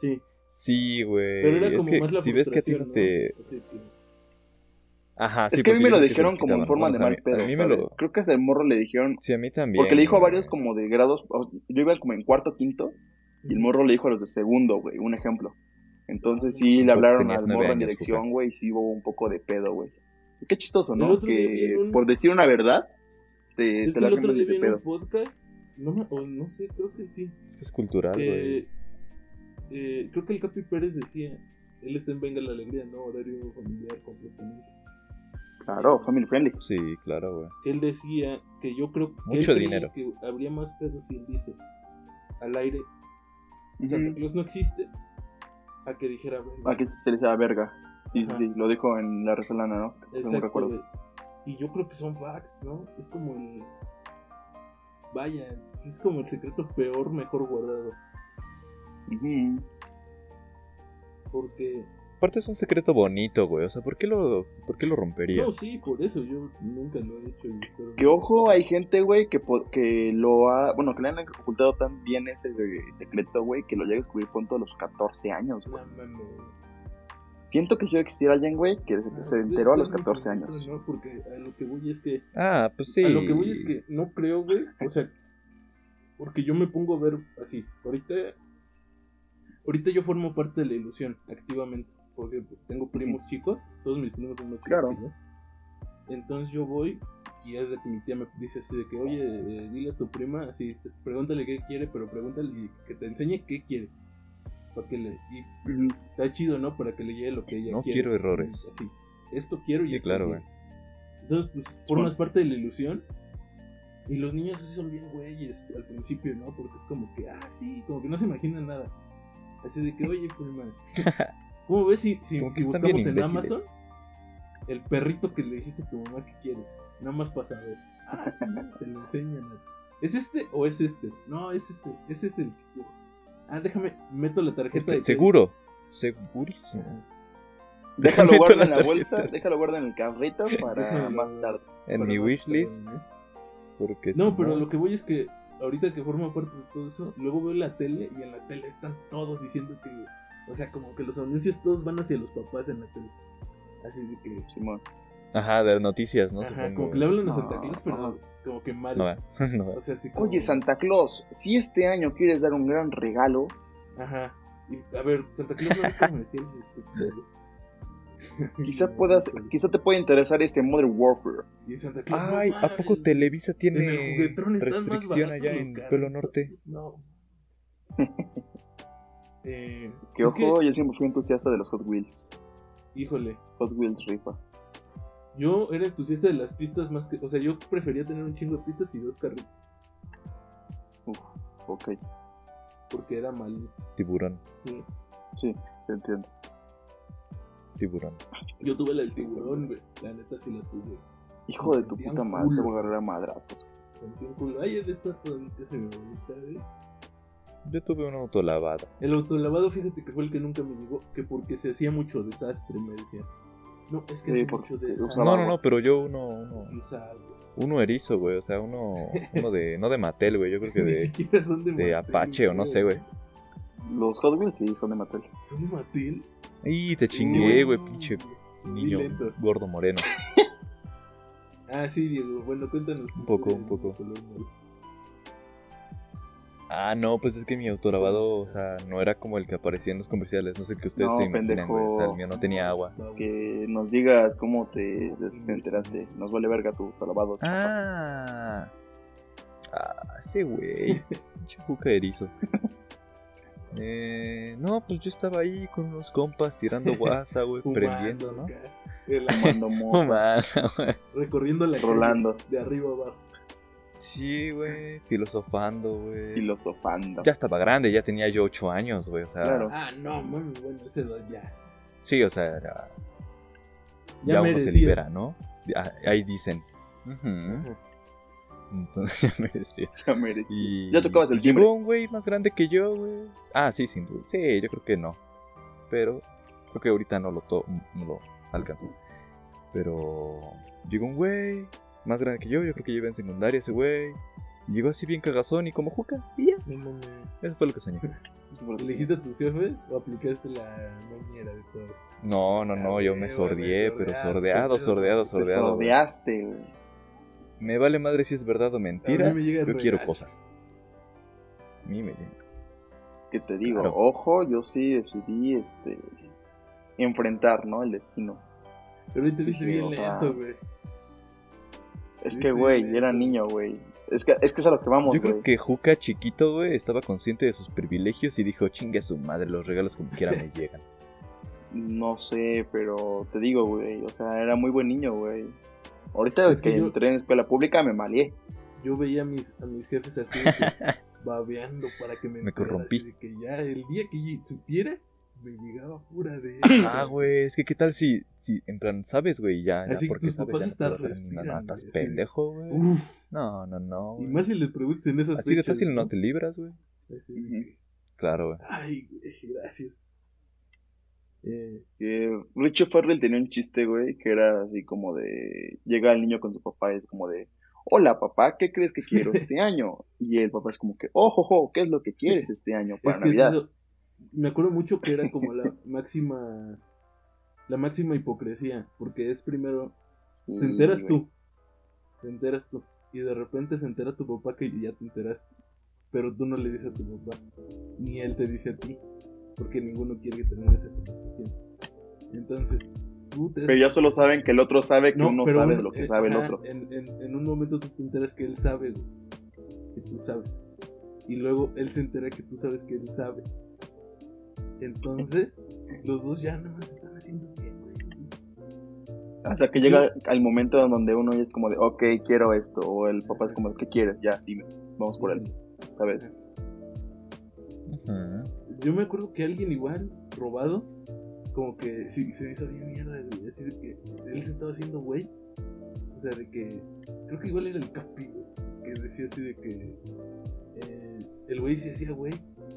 Speaker 2: Sí,
Speaker 3: Sí, güey.
Speaker 2: pero era
Speaker 3: Eh, es
Speaker 2: como
Speaker 3: que
Speaker 2: más la
Speaker 3: si ves que a ti no
Speaker 2: frustración, ¿no?
Speaker 3: te.
Speaker 2: Así pues, que-
Speaker 3: Ajá,
Speaker 1: es
Speaker 3: Ah, sí,
Speaker 1: que a mí
Speaker 3: porque
Speaker 1: me lo
Speaker 3: yo creo que se
Speaker 1: dijeron como en
Speaker 3: desquitaban,
Speaker 1: forma
Speaker 3: ¿no?
Speaker 1: de
Speaker 3: O sea,
Speaker 1: mal pedo.
Speaker 3: A mí me
Speaker 1: ¿sabes?
Speaker 3: lo.
Speaker 1: Creo que desde morro le dijeron,
Speaker 3: Sí, a mí también.
Speaker 1: Porque le dijo a
Speaker 3: güey.
Speaker 1: varios como de grados, o- yo iba como en cuarto, quinto, y el morro le dijo a los de segundo, güey, un ejemplo.
Speaker 2: Ah,
Speaker 1: Entonces sí le
Speaker 3: Pues
Speaker 1: hablaron
Speaker 3: tenías
Speaker 1: al
Speaker 3: nueve
Speaker 1: morro en
Speaker 3: años,
Speaker 1: dirección,
Speaker 3: Juca.
Speaker 1: güey, y sí hubo un poco de pedo, güey. Y Qué chistoso,
Speaker 2: El
Speaker 1: ¿no?
Speaker 2: otro día
Speaker 1: Que
Speaker 2: vi un-
Speaker 1: por decir una verdad, te,
Speaker 2: Es
Speaker 1: te
Speaker 2: que
Speaker 1: la
Speaker 2: el otro
Speaker 1: cambias
Speaker 2: día
Speaker 1: y te
Speaker 2: vi en un
Speaker 1: pedo.
Speaker 2: podcast, no, me- o no sé, creo que sí.
Speaker 3: Es que es cultural, güey.
Speaker 2: Eh, eh, creo que el Capi Pérez decía, él está en Venga la Alegría, no horario familiar completamente.
Speaker 1: Claro, family friendly.
Speaker 3: Sí, claro, güey.
Speaker 2: Él decía que yo creo que,
Speaker 3: Mucho
Speaker 2: él creía
Speaker 3: dinero.
Speaker 2: que habría más pedos si él dice al aire Santa Claus no existe, a que dijera, bueno,
Speaker 1: Ah, que se les da verga. Sí, sí,
Speaker 2: Ajá.
Speaker 1: sí, lo dijo en la Resolana, ¿no? Tengo un
Speaker 2: Exacto,
Speaker 1: recuerdo.
Speaker 2: güey. Y yo creo que son facts, ¿no? Es como el. Vaya, es como el secreto peor, mejor guardado.
Speaker 1: Ujú.
Speaker 2: Porque.
Speaker 3: Aparte es un secreto bonito, güey. O sea, ¿por qué lo, por qué lo romperías?
Speaker 2: No, sí, por eso yo nunca lo he hecho. y espero
Speaker 1: Que
Speaker 2: no.
Speaker 1: ojo, hay gente, güey, que, po- que lo ha. Bueno, que le han ocultado tan bien ese eh, secreto, güey, que lo llega a descubrir pronto a los 14 años,
Speaker 2: No
Speaker 1: güey.
Speaker 2: mames.
Speaker 1: Siento que si yo existiera alguien, güey, que se, se
Speaker 2: No,
Speaker 1: enteró a los
Speaker 2: está muy
Speaker 1: 14
Speaker 2: complicado,
Speaker 1: años.
Speaker 2: No, porque a lo que voy es que.
Speaker 3: Ah, pues sí.
Speaker 2: A lo que voy es que no creo, güey. O sea, porque yo me pongo a ver así. Ahorita. Ahorita yo formo parte de la ilusión, activamente. Porque tengo primos chicos. Todos mis primos son más
Speaker 1: Claro.
Speaker 2: chicos, ¿no? Entonces yo voy y es de que mi tía me dice así de que, oye, eh, dile a tu prima, así, pregúntale qué quiere, pero pregúntale y que te enseñe qué quiere. Para que le, y
Speaker 1: Ujú.
Speaker 2: está chido, ¿no? Para que le llegue lo que ella
Speaker 3: No
Speaker 2: quiere.
Speaker 3: quiero errores.
Speaker 2: Así. Esto quiero y
Speaker 3: Sí,
Speaker 2: esto
Speaker 3: claro,
Speaker 2: quiero.
Speaker 3: güey.
Speaker 2: Entonces, pues, formas parte de la ilusión. Y los niños sí son bien güeyes al principio, ¿no? Porque es como que, ah, sí, como que no se imaginan nada. Así de que, oye, prima, ¿cómo ves si, si,
Speaker 3: Como que
Speaker 2: si
Speaker 3: están bien
Speaker 2: buscamos en
Speaker 3: imbéciles.
Speaker 2: Amazon el perrito que le dijiste a tu mamá que quiere? Nada más para saber. Ah, sí, te lo enseñan. ¿Es este o es este? No, es ese, ese es el que quiero. Ah, déjame, meto la tarjeta de
Speaker 3: Este, Seguro. Segurísimo.
Speaker 1: Déjalo
Speaker 3: Meto
Speaker 1: guarda en
Speaker 3: la
Speaker 1: la bolsa,
Speaker 3: tarjeta.
Speaker 1: déjalo guarda en el carrito para
Speaker 2: Déjalo.
Speaker 1: más tarde.
Speaker 3: En mi wishlist.
Speaker 2: ¿eh?
Speaker 3: Porque
Speaker 2: No,
Speaker 3: si
Speaker 2: pero lo que voy es que ahorita que formo parte de todo eso, luego veo la tele y en la tele están todos diciendo que, o sea, como que los anuncios todos van hacia los papás en la tele. Así de que,
Speaker 1: Simón.
Speaker 3: Ajá, de noticias, ¿no?
Speaker 2: ajá,
Speaker 3: Supongo,
Speaker 2: como que
Speaker 3: güey.
Speaker 2: le hablan a
Speaker 1: No,
Speaker 2: Santa Claus, pero
Speaker 1: no.
Speaker 2: como que mal.
Speaker 3: No va, no va.
Speaker 2: O sea, así como,
Speaker 1: Oye, Santa Claus, si este año quieres dar un gran regalo,
Speaker 2: Ajá. Y, a ver, Santa Claus no es comercial, este,
Speaker 1: quizá puedas, quizá te pueda interesar este Modern Warfare.
Speaker 2: Y Santa Claus, Pues no
Speaker 3: Ay, ¿a poco
Speaker 2: mames,
Speaker 3: Televisa
Speaker 2: en el
Speaker 3: tiene
Speaker 2: juguetrón están más
Speaker 3: restricción
Speaker 2: baratos
Speaker 3: allá
Speaker 2: los
Speaker 3: en
Speaker 2: carros.
Speaker 3: Pueblo Norte?
Speaker 2: No. eh,
Speaker 1: Que
Speaker 2: es
Speaker 1: ojo, yo siempre fui entusiasta de los Hot Wheels.
Speaker 2: híjole.
Speaker 1: Hot Wheels rifa.
Speaker 2: Yo era entusiasta de las pistas más que. O sea, yo prefería tener un chingo de pistas y dos carritos.
Speaker 1: Ok,
Speaker 2: Porque era mal.
Speaker 3: Tiburón,
Speaker 2: sí.
Speaker 1: sí, te entiendo.
Speaker 3: tiburón.
Speaker 2: Yo tuve la del tiburón, güey. La neta sí la tuve.
Speaker 1: Hijo de tu
Speaker 2: Sentía
Speaker 1: puta
Speaker 2: un
Speaker 1: madre, te
Speaker 2: culo.
Speaker 1: voy a agarrar a madrazos.
Speaker 2: Sentí un culo. Ay, es de estas rodillas de mi abuelita, güey.
Speaker 3: Yo tuve una autolavada.
Speaker 2: El autolavado, fíjate que fue el que nunca me llegó. Que porque se hacía mucho desastre, me decían. No, es que
Speaker 1: Sí,
Speaker 2: hacía
Speaker 1: porque
Speaker 2: mucho desastre.
Speaker 1: usaba
Speaker 3: No, no, no, pero yo uno, uno,
Speaker 2: Usaba, güey.
Speaker 3: uno erizo, güey. O sea, uno, uno de, no de Mattel, güey. Yo creo que
Speaker 2: Ni
Speaker 3: de,
Speaker 2: siquiera son de,
Speaker 3: de
Speaker 2: Mattel,
Speaker 3: Apache o no sé, güey.
Speaker 1: Los Hot Wheels sí son de Mattel.
Speaker 2: ¿Son de Matil?
Speaker 3: Y te chingué, güey, pinche niño
Speaker 2: lento.
Speaker 3: gordo moreno.
Speaker 2: Ah, sí, Diego. Bueno, cuéntanos.
Speaker 3: Un poco, un poco. Ah, no, pues es que mi autolavado, o sea, no era como el que aparecía en los comerciales. No sé qué ustedes
Speaker 1: No,
Speaker 3: se imaginan, güey. O sea, el mío no tenía agua.
Speaker 1: Que nos digas cómo te, te enteraste. Nos vale verga tu salvado. chapa.
Speaker 3: Ah. Ah, ese güey. Pinche cuca erizo. Eh, no, pues yo estaba ahí con unos compas tirando guasa, güey, prendiendo, ¿no?
Speaker 1: Fumando
Speaker 3: No
Speaker 1: mota,
Speaker 3: más, güey.
Speaker 2: Recorriendo la calle
Speaker 1: Rolando,
Speaker 2: de arriba abajo.
Speaker 3: Sí, güey, filosofando, güey.
Speaker 1: filosofando.
Speaker 3: Ya estaba grande, ya tenía yo ocho años, güey, o sea.
Speaker 1: Claro.
Speaker 2: Ah, no, mami, bueno, ese edad ya.
Speaker 3: Sí, o sea, ya,
Speaker 2: Ya
Speaker 3: ya uno se
Speaker 2: merecías.
Speaker 3: libera, ¿no? Ah, Ahí dicen. Ujú.
Speaker 2: Ajá.
Speaker 3: Entonces ya merecía.
Speaker 1: Ya merecí.
Speaker 3: Y
Speaker 1: Ya tocabas el timbre.
Speaker 3: Llegó un güey más grande que yo, güey. Ah, sí, sin duda. Sí, yo creo que no. Pero creo que ahorita no lo, to- no lo alcanzo. Pero llegó un güey más grande que yo. Yo creo que lleva en secundaria ese güey. Llegó así bien cagazón y como juca. Y ya,
Speaker 2: No mames.
Speaker 3: eso fue lo que soñé.
Speaker 2: ¿Elegiste a tus jefes o aplicaste la mañera de todo?
Speaker 3: No, no, no, yo
Speaker 2: Ah,
Speaker 3: me
Speaker 2: güey,
Speaker 3: sordié, pero
Speaker 2: sordeado,
Speaker 3: sordeado, sordeado,
Speaker 1: Te
Speaker 3: sordeado. güey.
Speaker 1: sordeaste, güey.
Speaker 3: Me vale madre si es verdad o mentira.
Speaker 2: A mí me llega
Speaker 3: yo
Speaker 2: regalos.
Speaker 3: quiero cosas. A mí me llega.
Speaker 1: ¿Qué te digo?
Speaker 3: Claro.
Speaker 1: Ojo, yo sí decidí este enfrentar, ¿no? El destino.
Speaker 2: Pero ahí te viste
Speaker 1: Sí,
Speaker 2: bien
Speaker 1: o sea,
Speaker 2: lento, güey.
Speaker 1: Es
Speaker 2: Sí,
Speaker 1: que,
Speaker 2: sí,
Speaker 1: güey,
Speaker 2: neta.
Speaker 1: era niño, güey. Es que, es que es a lo que vamos,
Speaker 3: Yo creo
Speaker 1: güey.
Speaker 3: que Juca chiquito, güey, estaba consciente de sus privilegios y dijo, chingue a su madre, los regalos como quiera me llegan.
Speaker 1: No sé, pero te digo, güey. O sea, era muy buen niño, güey. Ahorita
Speaker 2: Es
Speaker 1: que,
Speaker 2: que yo-
Speaker 1: entré en escuela pública me malié.
Speaker 2: Yo veía a mis, a mis jefes así. de que, babeando para que me
Speaker 3: Me
Speaker 2: enterara,
Speaker 3: corrompí.
Speaker 2: así de que ya el día que ll- supiera, me llegaba pura de...
Speaker 3: Ah, güey, es que qué tal si, si en plan, sabes, güey, ya, ya,
Speaker 2: Así que
Speaker 3: porque
Speaker 2: tus
Speaker 3: sabes,
Speaker 2: papás
Speaker 3: ya no te
Speaker 2: hasta
Speaker 3: vas a hacer ni nada,
Speaker 2: respiran,
Speaker 3: estás
Speaker 2: güey, así de-
Speaker 3: pendejo, güey.
Speaker 2: Uf,
Speaker 3: No, no, no.
Speaker 2: y
Speaker 3: güey.
Speaker 2: más si les preguntas en esas
Speaker 3: Así de
Speaker 2: fechas,
Speaker 3: fácil no te libras, güey.
Speaker 2: Así de que,
Speaker 3: Claro, güey.
Speaker 2: Ay, güey, gracias. Eh,
Speaker 1: Eh, Richo Farrell tenía un chiste, güey, que era así como de... Llega el niño con su papá y es como de... Hola, papá, ¿qué crees que quiero este año? Y el papá es como que... Ojo, ojo, ¿qué es lo que quieres este año para
Speaker 2: es que
Speaker 1: Navidad?
Speaker 2: eso- me acuerdo mucho que era como la máxima... La máxima hipocresía, porque es primero
Speaker 1: Sí,
Speaker 2: Te enteras
Speaker 1: Mm, güey.
Speaker 2: tú. Te enteras tú. Y de repente se entera tu papá que ya te enteraste. Pero tú no le dices a tu papá. Ni él te dice a ti. Porque ninguno quiere tener esa conversación. Entonces, tú te.
Speaker 1: Pero ya solo saben que el otro sabe que uno
Speaker 2: pero
Speaker 1: sabe
Speaker 2: uno-
Speaker 1: de lo que
Speaker 2: eh,
Speaker 1: sabe el
Speaker 2: ajá,
Speaker 1: otro.
Speaker 2: En, en- en un momento tú te enteras que él sabe. güey, Que tú sabes. Y luego él se entera que tú sabes que él sabe. Entonces, los dos ya nada más están haciendo bien, güey.
Speaker 1: Hasta que llega al momento en donde uno ya es como de... Ok, quiero esto. O el papá es como de... ¿Qué quieres? Ya, dime. Vamos por él, ¿sabes?
Speaker 3: Ujú.
Speaker 2: Yo me acuerdo que alguien igual, robado, como que sí, se hizo bien mierda, güey, así de que él se estaba haciendo güey. O sea, de que, creo que igual era el Capi, güey, que decía así de que eh, el güey se hacía güey,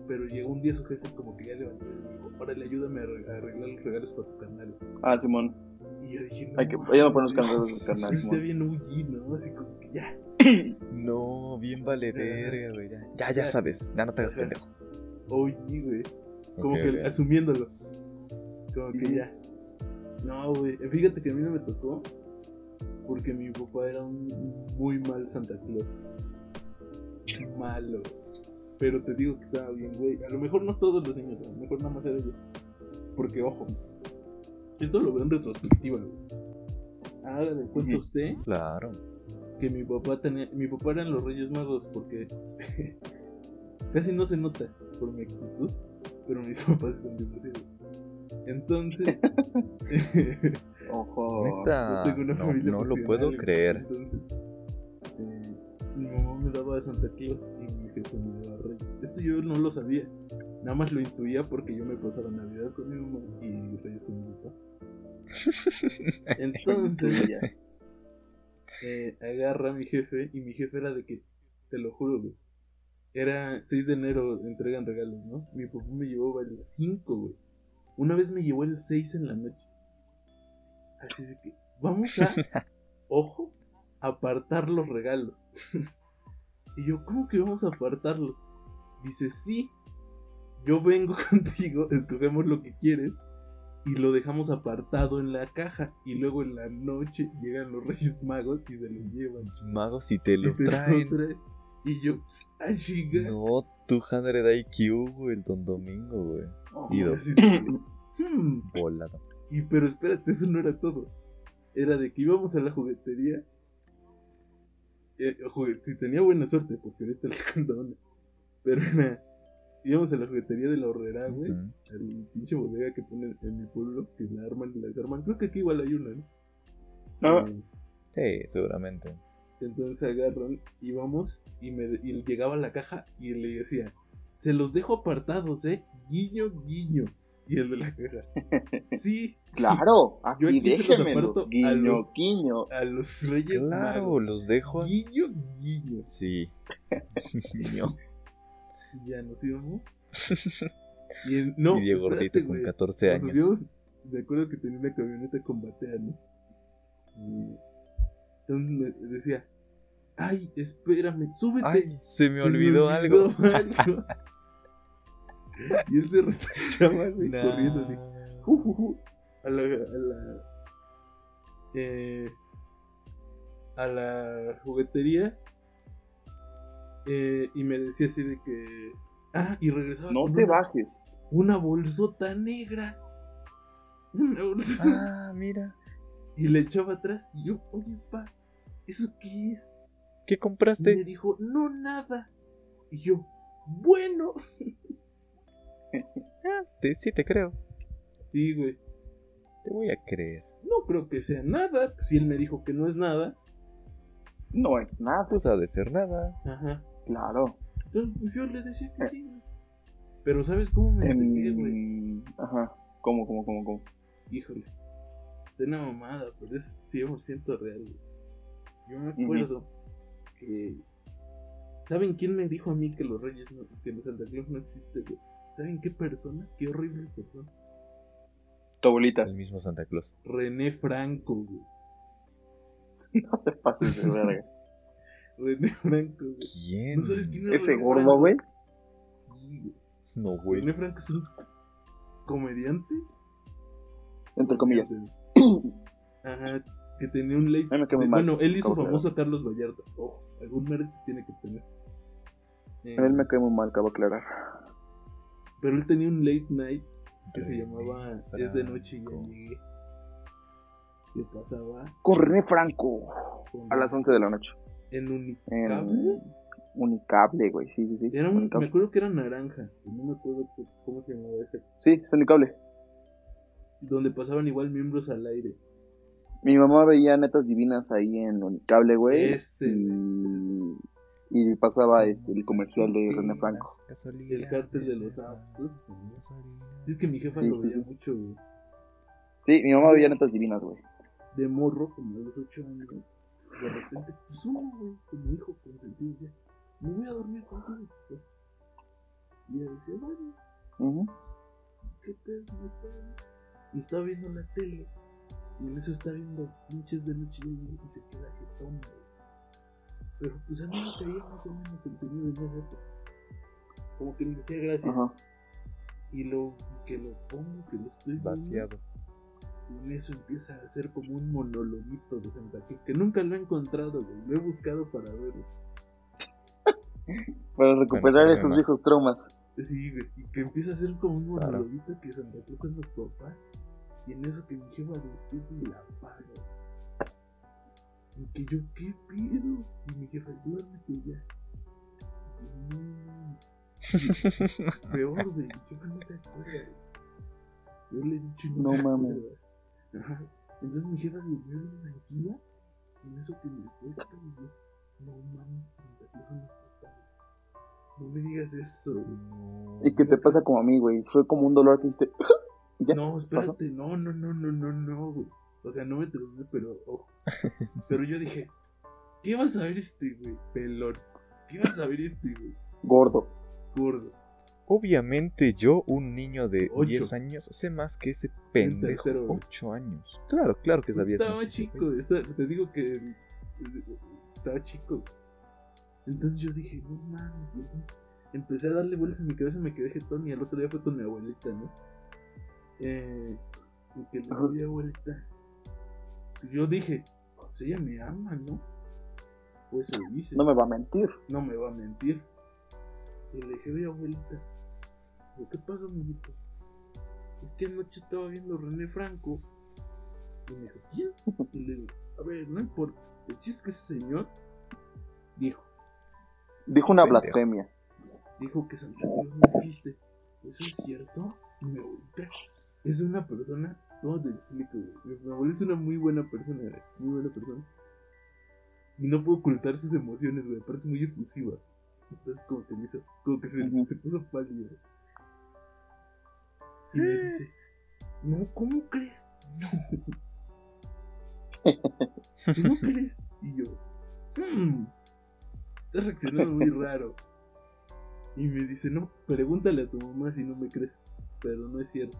Speaker 2: pero llegó un día su jefe como que ya levantó y dijo, órale, ayúdame a arreg- a arreglar los regalos para tu canal.
Speaker 1: Ah, Simón.
Speaker 2: Y yo dije, no,
Speaker 1: Hay que...
Speaker 2: mames,
Speaker 1: Yo me pongo los candados del carnal,
Speaker 2: Está
Speaker 1: Simón.
Speaker 2: bien UG, ¿no? Así como que ya.
Speaker 3: No, bien vale verga, güey. Ya, ya, ya sabes, ya no te hagas
Speaker 2: Ajá.
Speaker 3: pendejo.
Speaker 2: OG, güey. Como
Speaker 3: Ok,
Speaker 2: que
Speaker 3: ok.
Speaker 2: asumiéndolo. Como que
Speaker 1: Ujú.
Speaker 2: ya. No, güey. eh, Fíjate que a mí no me tocó. Porque mi papá era un muy mal Santa Claus. Malo. Pero te digo que estaba bien, güey. A lo mejor no todos los niños, a lo mejor nada más era yo. Porque, ojo, esto lo veo en retrospectiva, güey. Ahora le cuenta
Speaker 1: Ujú.
Speaker 2: usted
Speaker 3: Claro.
Speaker 2: que mi papá tenía, mi papá eran los Reyes Magos porque casi no se nota por mi actitud, pero mis papás están divorciados. Entonces,
Speaker 1: Ojo.
Speaker 3: Neta, Ah, no, no lo
Speaker 2: funcional,
Speaker 3: puedo
Speaker 2: güey.
Speaker 3: creer.
Speaker 2: Entonces, eh, mi mamá me daba Santa Claus y mi jefe me daba Reyes. Esto yo no lo sabía, nada más lo intuía porque yo me pasaba Navidad con mi mamá y Reyes con mi papá. Entonces,
Speaker 1: Ya.
Speaker 2: eh, agarra a mi jefe y mi jefe era de que, te lo juro, güey. Era 6 de enero, entregan regalos, ¿no? Mi papá me llevó el 5, güey. Una vez me llevó el 6 en la noche. Así de que, vamos a, ojo, apartar los regalos. y yo, ¿cómo que vamos a apartarlos? Dice, sí, yo vengo contigo, escogemos lo que quieres y lo dejamos apartado en la caja. Y luego en la noche llegan los Reyes Magos y se lo llevan.
Speaker 3: Mago, si te
Speaker 2: Y
Speaker 3: lo
Speaker 2: te lo
Speaker 3: traen.
Speaker 2: traen. Y yo, "Ah, ¡ay, chica!
Speaker 3: No, tu Hundred IQ, güey, el Don Domingo, güey.
Speaker 2: Y yo
Speaker 3: Ido.
Speaker 2: así de que, hmm.
Speaker 3: Volado.
Speaker 2: Y pero espérate, eso no era todo. Era de que íbamos a la juguetería. Eh, jugue- si tenía buena suerte, porque ahorita les cuento una. Pero era- íbamos a la juguetería de la horrera, Ah, güey.
Speaker 3: Ujú.
Speaker 2: a la pinche bodega que ponen en mi pueblo, que la arman y la desarman. Creo que aquí igual hay una, ¿no?
Speaker 1: Ah.
Speaker 2: Eh,
Speaker 3: Sí, seguramente.
Speaker 2: Entonces agarran, íbamos y, me, y llegaba a la caja y le decía, se los dejo apartados, ¿eh? Guiño, guiño. Y el de la caja, sí,
Speaker 1: Claro,
Speaker 2: Yo
Speaker 1: aquí
Speaker 2: aquí se los
Speaker 1: déjenmelo.
Speaker 2: aparto a
Speaker 1: Guiño,
Speaker 2: los-
Speaker 1: guiño.
Speaker 2: a los reyes
Speaker 3: Claro,
Speaker 2: magos.
Speaker 3: los dejo así.
Speaker 2: Guiño, guiño.
Speaker 3: Sí. Niño.
Speaker 2: Y Ya nos íbamos. Y en- no,
Speaker 3: y Diego
Speaker 2: espérate,
Speaker 3: Gordito con
Speaker 2: güey.
Speaker 3: 14
Speaker 2: Nos
Speaker 3: años.
Speaker 2: subimos, me acuerdo que tenía una camioneta con batea, ¿no? Y entonces me decía, ay, espérame, súbete.
Speaker 3: Ay, se me
Speaker 2: Se
Speaker 3: olvidó algo.
Speaker 2: algo. y él se retachaba, güey,
Speaker 3: Nah.
Speaker 2: corriendo así. ju, ju, ju, a la. A la, eh, a la juguetería. eh, y me decía así de que. Ah, y regresaba.
Speaker 1: No
Speaker 2: con
Speaker 1: te
Speaker 2: una-
Speaker 1: bajes.
Speaker 2: Una bolsota negra. Una bolsota.
Speaker 3: Ah, mira.
Speaker 2: Y le echaba atrás. Y yo, oye, pa, ¿eso qué es?
Speaker 3: ¿Qué
Speaker 2: Y me
Speaker 3: compraste?
Speaker 2: dijo, no, nada. Y yo, bueno.
Speaker 3: Ah, te- sí, te creo.
Speaker 2: Sí, güey.
Speaker 3: Te voy a creer.
Speaker 2: No creo que sea nada. Si él me dijo que no es nada.
Speaker 1: No es nada,
Speaker 3: Pues ha de ser nada.
Speaker 2: Ajá.
Speaker 1: claro.
Speaker 2: Entonces, pues yo le decía que sí, güey. Pero ¿sabes cómo me entendí, güey?
Speaker 1: En... Ajá. ¿Cómo, cómo, cómo, cómo?
Speaker 2: Híjole. Es una mamada, pero es 100% real, güey. Yo me acuerdo que... ¿Saben quién me dijo a mí que los reyes, no, que los Santa Claus no existe, güey? ¿Saben qué persona? Qué horrible persona.
Speaker 1: Tu abuelita.
Speaker 3: El mismo Santa Claus.
Speaker 2: René Franco, güey.
Speaker 1: No te pases de verga.
Speaker 2: René Franco, güey.
Speaker 3: ¿Quién?
Speaker 2: ¿No sabes quién es
Speaker 1: Ese
Speaker 2: René
Speaker 1: gordo,
Speaker 2: Franco?
Speaker 1: güey.
Speaker 2: Sí, güey.
Speaker 3: No, güey.
Speaker 2: René Franco es un comediante.
Speaker 1: Entre comillas.
Speaker 2: Ajá, que tenía un late.
Speaker 1: Ay, me quemo mal.
Speaker 2: bueno, él hizo
Speaker 1: Cabrón.
Speaker 2: famoso a Carlos Vallarta. Ojo, algún mérito tiene que tener. Eh,
Speaker 1: Él me cae muy mal, acabo de aclarar.
Speaker 2: Pero él tenía un late night que se
Speaker 3: René
Speaker 2: llamaba Es de noche y ya
Speaker 3: Franco.
Speaker 2: llegué. Que pasaba
Speaker 1: Con René Franco.
Speaker 2: con-
Speaker 1: A las 11 de la noche.
Speaker 2: en un
Speaker 1: En
Speaker 2: cable.
Speaker 1: Unicable, güey. Sí, sí, sí.
Speaker 2: Era un, me
Speaker 1: Unicable.
Speaker 2: acuerdo que era naranja. y No me acuerdo qué- cómo se llamaba ese.
Speaker 1: Sí, es Unicable.
Speaker 2: Donde pasaban igual miembros al aire.
Speaker 1: Mi mamá veía netas divinas ahí en Unicable, güey.
Speaker 2: Ese,
Speaker 1: Y... y pasaba este, el comercial de René Franco.
Speaker 3: Gasolina,
Speaker 2: El cártel de los
Speaker 3: gasolina,
Speaker 2: apps. Entonces,
Speaker 3: gasolina.
Speaker 2: sí, es que mi jefa
Speaker 1: Sí,
Speaker 2: lo
Speaker 1: sí,
Speaker 2: veía
Speaker 1: sí.
Speaker 2: mucho, güey.
Speaker 1: Sí, mi mamá veía netas divinas, güey.
Speaker 2: de morro, como a los 8 años, de repente, pues uno, güey, como hijo consentido, decía, me voy a dormir contigo. papá". Y ella decía, bueno,
Speaker 1: Ujú.
Speaker 2: qué pedo, qué pedo. Y estaba viendo la tele, y en eso está viendo pinches de noche y se queda jetón, güey. Pero pues a mí me caía más o menos el señor de la jefa. Como que me decía gracias.
Speaker 1: Ajá.
Speaker 2: Y lo que lo pongo, que lo estoy viendo,
Speaker 3: Vaciado.
Speaker 2: Y en eso empieza a hacer como un monologuito de Santa Claus, que nunca lo he encontrado, güey. Lo he buscado para verlo.
Speaker 1: Para recuperar
Speaker 3: Bueno,
Speaker 1: esos
Speaker 3: bueno.
Speaker 1: viejos traumas.
Speaker 2: Sí, güey. Y que empieza a hacer como un
Speaker 3: Claro.
Speaker 2: monologuito que Santa Cruz es nuestro papá. Y en eso que mi jefa lo despierta y la apaga. Y que yo, ¿qué pido? Y mi jefa, duérmete ya. Y yo, "No". Peor, güey. Yo no se acuerda, güey. Yo le he dicho y no,
Speaker 1: No
Speaker 2: se acuerda.
Speaker 1: mames.
Speaker 2: Ajá. Entonces mi jefa se durmió bien tranquila. y En eso que me cuesta, y yo, no mames, Santa Cruz es nuestro papá. No me digas eso, güey.
Speaker 1: Y que te pasa como a mí, güey. Fue como un dolor que hiciste. y ya.
Speaker 2: No, espérate, no, no, no, no, no, no, güey. O sea, no me terminé, pero ojo. Pero yo dije, ¿qué vas a ver este, güey? Pelón. ¿Qué vas a ver este, güey?
Speaker 1: Gordo.
Speaker 2: Gordo.
Speaker 3: Obviamente yo, un niño de
Speaker 2: Ocho.
Speaker 3: 10 años, sé más que ese pendejo.
Speaker 2: tercero, güey.
Speaker 3: 8 años. Claro, claro que sabía.
Speaker 2: Pues Estaba
Speaker 3: más que ese
Speaker 2: chico, esta- te digo que estaba chico. Entonces yo dije, no mames. y entonces Empecé a darle vueltas en mi cabeza, me quedé jetón y al otro día fue con mi abuelita, ¿no? Eh, y que le
Speaker 1: Ajá.
Speaker 2: di abuelita. Yo dije, pues ella me ama, ¿no? Pues eso dice
Speaker 1: No me va a mentir.
Speaker 2: no me va a mentir. Y le dije, oye abuelita, ¿lo ¿qué pasa, amiguito? Es que anoche estaba viendo René Franco. Y me dijo, ¿quién? Y le digo, a ver, no importa. El chiste es que ese señor dijo,
Speaker 1: Dijo una
Speaker 3: Pendejo.
Speaker 1: blasfemia.
Speaker 2: dijo que Santa Claus no existe. ¿Eso es cierto? Y mi abuelita es una persona, ¿cómo te explico? güey? Mi abuelita es una muy buena persona, güey, muy buena persona. Y no puedo ocultar sus emociones, güey, parece muy efusiva. Entonces como que, me hizo- como que se,
Speaker 1: Ujú.
Speaker 2: se puso pálido. Y me dice, no, ¿cómo crees? No. ¿Cómo crees? Y yo, "Mm, estás reaccionando muy raro. Y me dice, no, pregúntale a tu mamá si no me crees. Pero no es cierto.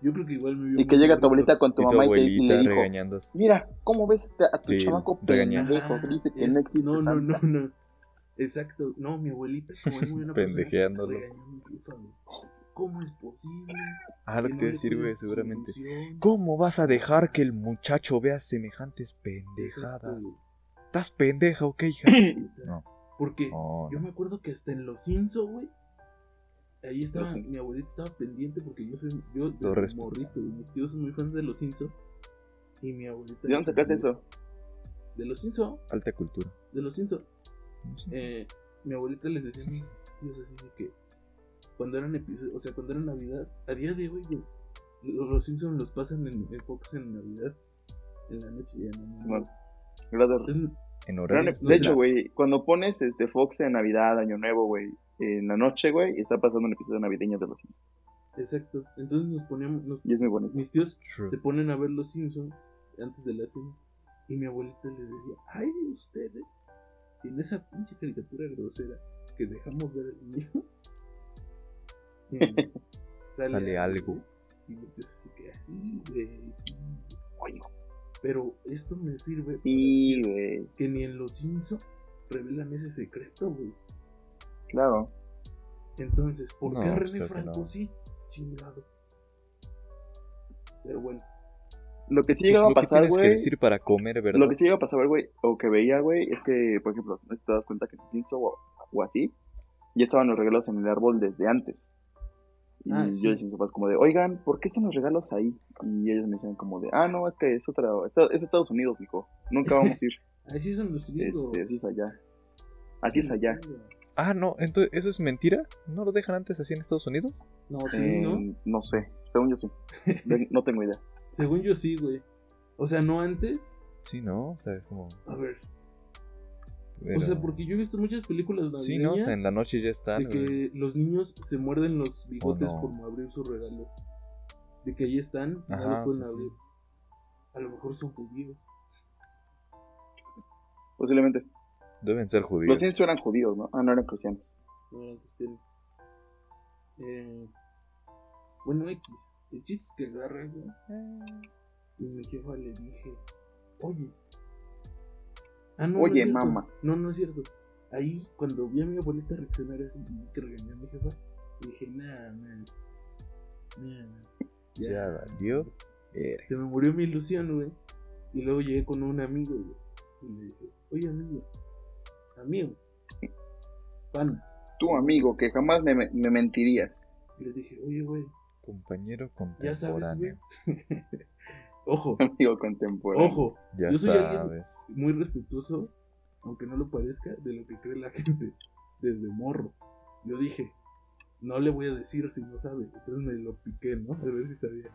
Speaker 2: Yo creo que igual me vio
Speaker 1: Y que
Speaker 2: muy
Speaker 1: llega tu
Speaker 2: raro.
Speaker 1: abuelita con tu
Speaker 3: Y tu
Speaker 1: mamá y, te- y
Speaker 3: abuelita
Speaker 1: le dijo:
Speaker 3: regañándose.
Speaker 1: Mira, ¿cómo ves este, a tu
Speaker 3: Sí,
Speaker 1: chamaco
Speaker 3: regañando.
Speaker 1: pendejo?
Speaker 2: Ajá,
Speaker 1: que Dice que
Speaker 2: es-
Speaker 1: no existe.
Speaker 2: No, no, no,
Speaker 1: Santa"?
Speaker 2: no. Exacto. No, mi abuelita, como es muy buena persona,
Speaker 3: Pendejeándolo.
Speaker 2: regañó a mi jefa, güey. ¿Cómo es posible?
Speaker 3: Ah, lo que
Speaker 2: no
Speaker 3: te iba a
Speaker 2: le
Speaker 3: decir, güey,
Speaker 2: pones
Speaker 3: seguramente.
Speaker 2: solución?
Speaker 3: ¿Cómo vas a dejar que el muchacho vea semejantes
Speaker 2: Exacto,
Speaker 3: pendejadas?
Speaker 2: güey.
Speaker 3: ¿Estás pendeja o qué, hija?
Speaker 2: O sea,
Speaker 3: No.
Speaker 2: Porque
Speaker 3: No,
Speaker 2: yo
Speaker 3: no.
Speaker 2: me acuerdo que hasta en los Simpsons, güey. Ahí estaba,
Speaker 1: Los Simpson.
Speaker 2: mi abuelita estaba pendiente porque yo, soy- yo
Speaker 3: Lo
Speaker 2: desde
Speaker 3: respeto.
Speaker 2: morrito, güey, mis tíos son muy fans de los Simpsons. Y mi abuelita.
Speaker 1: ¿De dónde
Speaker 2: decía,
Speaker 1: sacaste eso?
Speaker 2: De los Simpsons,
Speaker 3: Alta cultura.
Speaker 2: de los Simpsons. eh, mi abuelita les decía a mis tíos así de que cuando eran episodios, o sea, cuando era Navidad, a día de hoy, güey, los, los Simpsons los pasan en, en Fox en Navidad, en la noche y en la mañana.
Speaker 1: Gracias.
Speaker 2: Entonces,
Speaker 3: en
Speaker 1: Pero
Speaker 3: horario.
Speaker 1: no, de hecho, güey, cuando pones este Fox en Navidad, Año Nuevo, güey, en la noche, güey, está pasando un episodio navideño de los Simpsons.
Speaker 2: Exacto. Entonces nos poníamos, nos-
Speaker 1: Y es muy bonito.
Speaker 2: mis tíos
Speaker 3: True.
Speaker 2: se ponen a ver los Simpsons antes de la cena. Y mi abuelita les decía, ay de ustedes, en esa pinche caricatura grosera que dejamos ver al niño. eh,
Speaker 3: Sale algo.
Speaker 2: Y mis tíos así que así, güey. Oye, Pero esto me sirve para
Speaker 1: Sí,
Speaker 2: decir
Speaker 1: güey,
Speaker 2: que ni en los Simpsons revelan ese secreto, güey.
Speaker 1: claro.
Speaker 2: Entonces, ¿por qué
Speaker 3: No, pues
Speaker 2: René
Speaker 3: creo que
Speaker 2: Franco
Speaker 3: no.
Speaker 2: sí? Chingado. Pero bueno,
Speaker 1: Lo que sí
Speaker 3: Pues
Speaker 1: llegaba
Speaker 3: lo
Speaker 1: a
Speaker 3: que
Speaker 1: pasar,
Speaker 3: tienes que
Speaker 1: güey,
Speaker 3: decir para comer, ¿verdad?
Speaker 1: Lo que sí iba a pasar, güey, o que veía, güey, es que, por ejemplo, no te das cuenta que en Simpson o, o así, ya estaban los regalos en el árbol desde antes. Y
Speaker 2: Ah, sí.
Speaker 1: yo decía a mis papás como de, oigan, ¿por qué están los regalos ahí? Y ellos me decían como de, ah, no, es que es otra, esta- es Estados Unidos, hijo, nunca vamos a ir,
Speaker 2: así son los gringos.
Speaker 1: este, así es allá. Aquí es allá.
Speaker 3: Ah, no, entonces, ¿eso es mentira? ¿No lo dejan antes así en Estados Unidos?
Speaker 2: No, Pues sí,
Speaker 1: Eh,
Speaker 2: ¿no?
Speaker 1: No sé, según yo sí, De- no tengo idea.
Speaker 2: Según yo sí, güey. O sea, no antes.
Speaker 3: Sí, ¿no? O sea, es como...
Speaker 2: A ver. O
Speaker 3: pero-
Speaker 2: sea, porque yo he visto muchas películas navideñas
Speaker 3: Sí, ¿no? O sea, en la noche ya están.
Speaker 2: de que los niños se muerden los bigotes
Speaker 3: no.
Speaker 2: por no abrir su regalo. De que ahí están, no
Speaker 3: Ajá,
Speaker 2: los pueden
Speaker 3: sí, sí.
Speaker 2: abrir. A lo mejor son judíos.
Speaker 1: Posiblemente.
Speaker 3: Deben ser
Speaker 1: Los
Speaker 3: judíos.
Speaker 1: Simpson eran judíos, ¿no? Ah, no eran cristianos.
Speaker 2: No eran cristianos. Eh, bueno, X. El chiste es que agarra, güey.
Speaker 3: Eh,
Speaker 2: Y mi jefa le dije, oye. Ah, no, no es
Speaker 1: Oye,
Speaker 2: cierto.
Speaker 1: mamá.
Speaker 2: No, no es cierto. Ahí, cuando vi a mi abuelita reaccionar así, y vi que regañó a mi jefa, dije, nada, nada. Nah, ya.
Speaker 3: Ya valió. Eh, verga.
Speaker 2: Se me murió mi ilusión, güey. Y luego llegué con un amigo, güey. Y le dije, oye, amigo. Amigo. Pan.
Speaker 1: Tu amigo, que jamás me- me mentirías.
Speaker 2: Y le dije, oye, güey,
Speaker 3: Compañero
Speaker 2: ya sabes, güey.
Speaker 3: contemporáneo.
Speaker 2: Ojo,
Speaker 1: Amigo contemporáneo.
Speaker 2: ojo.
Speaker 3: Ya
Speaker 2: Yo soy alguien-
Speaker 3: sabes.
Speaker 2: muy respetuoso, aunque no lo parezca, de lo que cree la gente desde morro. Yo dije, no le voy a decir si no sabe, entonces me lo piqué, ¿no? A ver si sabía.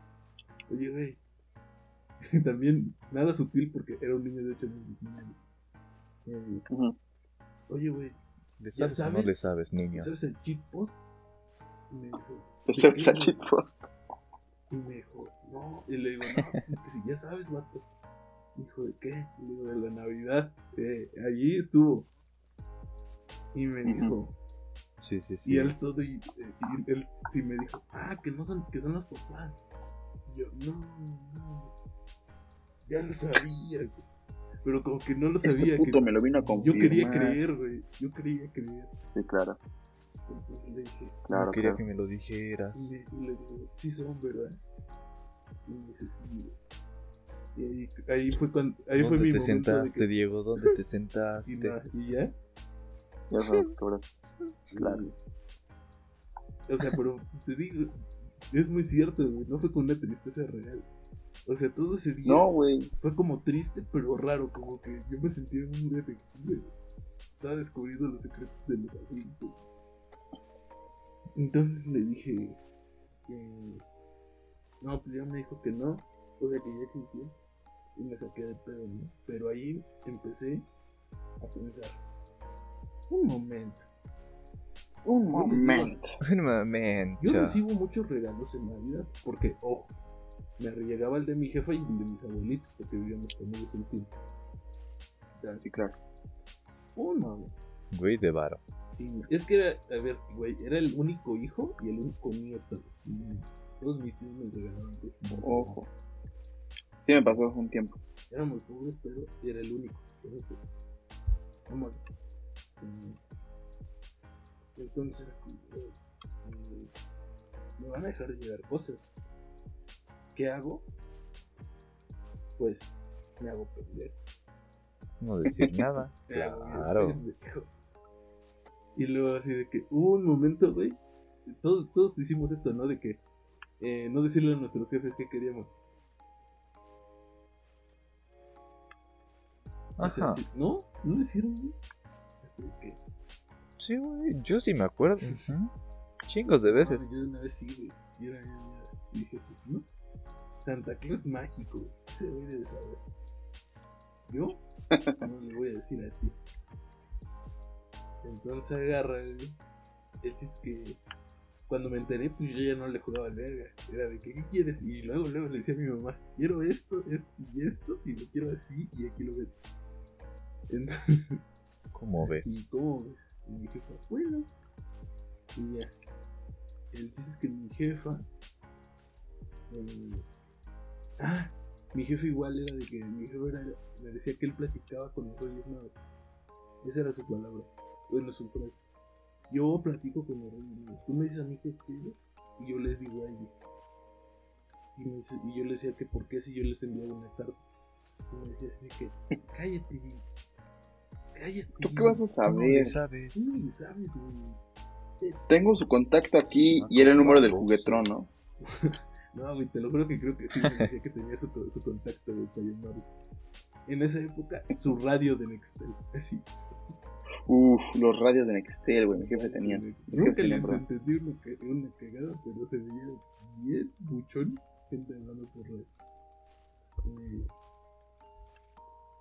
Speaker 2: Oye, güey. También nada sutil porque era un niño de 8 años. ¿no? Eh,
Speaker 1: Ujú.
Speaker 2: Oye, güey,
Speaker 3: ¿Le
Speaker 2: Ya
Speaker 3: sabes o no
Speaker 2: sabes.
Speaker 3: le sabes, niño?
Speaker 2: ¿sabes el cheat post? Y me dijo,
Speaker 1: Ese
Speaker 2: ¿de qué, güey?
Speaker 1: cheat post.
Speaker 2: Y me dijo, no. Y le digo, no, pues es que si ya sabes, vato. Dijo, ¿de qué? Le digo, de la Navidad. Eh, allí estuvo. Y me
Speaker 1: Ujú.
Speaker 2: dijo,
Speaker 3: Sí, sí, sí.
Speaker 2: y él todo, y, eh, y él sí me dijo, ah, que no son, que son las papás. Y yo, no, no. Ya lo sabía, güey. Pero como que no lo sabía.
Speaker 1: Este puto
Speaker 2: que
Speaker 1: me lo vino a
Speaker 2: yo
Speaker 1: confirmar.
Speaker 2: quería creer, güey. Yo quería creer.
Speaker 1: Sí, claro,
Speaker 2: Entonces le dije,
Speaker 1: claro,
Speaker 3: no quería
Speaker 1: claro.
Speaker 3: que me lo dijeras.
Speaker 2: Y le, y le digo, sí son, ¿verdad? Y me dice, sí, güey". Y ahí, ahí fue cuando, ahí fue mi
Speaker 3: ¿Dónde te
Speaker 2: momento de
Speaker 3: sentaste,
Speaker 2: que-
Speaker 3: Diego? ¿Dónde te
Speaker 2: y,
Speaker 3: sentaste?
Speaker 2: nada, y ya.
Speaker 1: Ya sabes, cabrón. Claro.
Speaker 2: Y- O sea, pero te digo, es muy cierto, güey, no fue con una tristeza real. O sea, todo ese día
Speaker 1: No, güey.
Speaker 2: fue como triste, pero raro, como que yo me sentí un detective. güey. Estaba descubriendo los secretos de los adultos. Entonces le dije que. No, pues ya me dijo que no, o sea que ya existía. Y me saqué de pedo, ¿no? Pero ahí empecé a pensar: un momento.
Speaker 1: Un momento.
Speaker 3: Un momento.
Speaker 2: Yo recibo muchos regalos en Navidad porque, ojo, me llegaba el de mi jefa y el de mis abuelitos porque vivíamos con ellos un tiempo. Entonces,
Speaker 1: Sí, claro.
Speaker 2: Uno, güey.
Speaker 3: Güey de varo.
Speaker 2: Sí, güey. es que era, a ver, güey, era el único hijo y el único nieto. güey. Mm. Todos mis tíos me regalaban cosas.
Speaker 1: Ojo. Sí, me pasó un tiempo.
Speaker 2: Éramos pobres, pero era el único. Era el que- Vamos. Eh, Entonces, era como, eh, eh, me van a dejar de llegar cosas. ¿Qué hago? Pues me hago perder.
Speaker 3: No decir nada. Claro.
Speaker 2: Y luego así de que hubo un momento, güey. Todos, todos hicimos esto, ¿no? De que eh, no decirle a nuestros jefes que queríamos. O sea,
Speaker 3: Ajá.
Speaker 2: sí- ¿No? ¿No lo hicieron, güey? Así de que,
Speaker 3: Sí, güey. Yo sí me acuerdo. Ujú. Chingos de veces.
Speaker 2: "No, yo de una vez sí, güey. Yo era, yo era- dije, pues, ¿no? Santa Claus mágico, güey. Ese güey debe saber. ¿Yo? No le voy a decir a ti. Entonces agarra el. El chiste es que cuando me enteré, pues yo ya no le jugaba al verga. Era de que, ¿qué quieres? Y luego, luego le decía a mi mamá, quiero esto, esto y esto, y lo quiero así, y aquí lo ves. Entonces,
Speaker 3: ¿Cómo
Speaker 2: ¿y
Speaker 3: ves?
Speaker 2: cómo ves? Y mi jefa, bueno. Y ya. El chiste es que mi jefa. eh, ah, mi jefe igual era de que mi jefe era, me decía que él platicaba con los reyes magos. Esa era su palabra. Bueno, su frase. Yo platico con los reyes magos. Tú me dices a mí qué quiero y yo les digo a ellos. Y, me dice- y yo le decía que por qué si yo les enviaba una carta. Y me decía así de que cállate. Cállate.
Speaker 1: ¿Tú qué vas a
Speaker 3: ¿Cómo
Speaker 1: saber?
Speaker 3: le sabes?
Speaker 2: Tú no le sabes, güey.
Speaker 1: Tengo su contacto aquí
Speaker 2: Ah,
Speaker 1: y era el número del juguetrón, ¿no?
Speaker 2: No, güey, te lo juro que creo que sí me decía que tenía su, su contacto, güey, para llamar. En esa época, su radio de Nextel, Eh, así.
Speaker 1: Uf, los radios de Nextel, güey, mi jefe tenía. Mi jefe
Speaker 2: Nunca le
Speaker 1: tenía, perdón.
Speaker 2: entendí una, ca- una cagada, pero se veía bien buchón gente hablando por radio. Eh,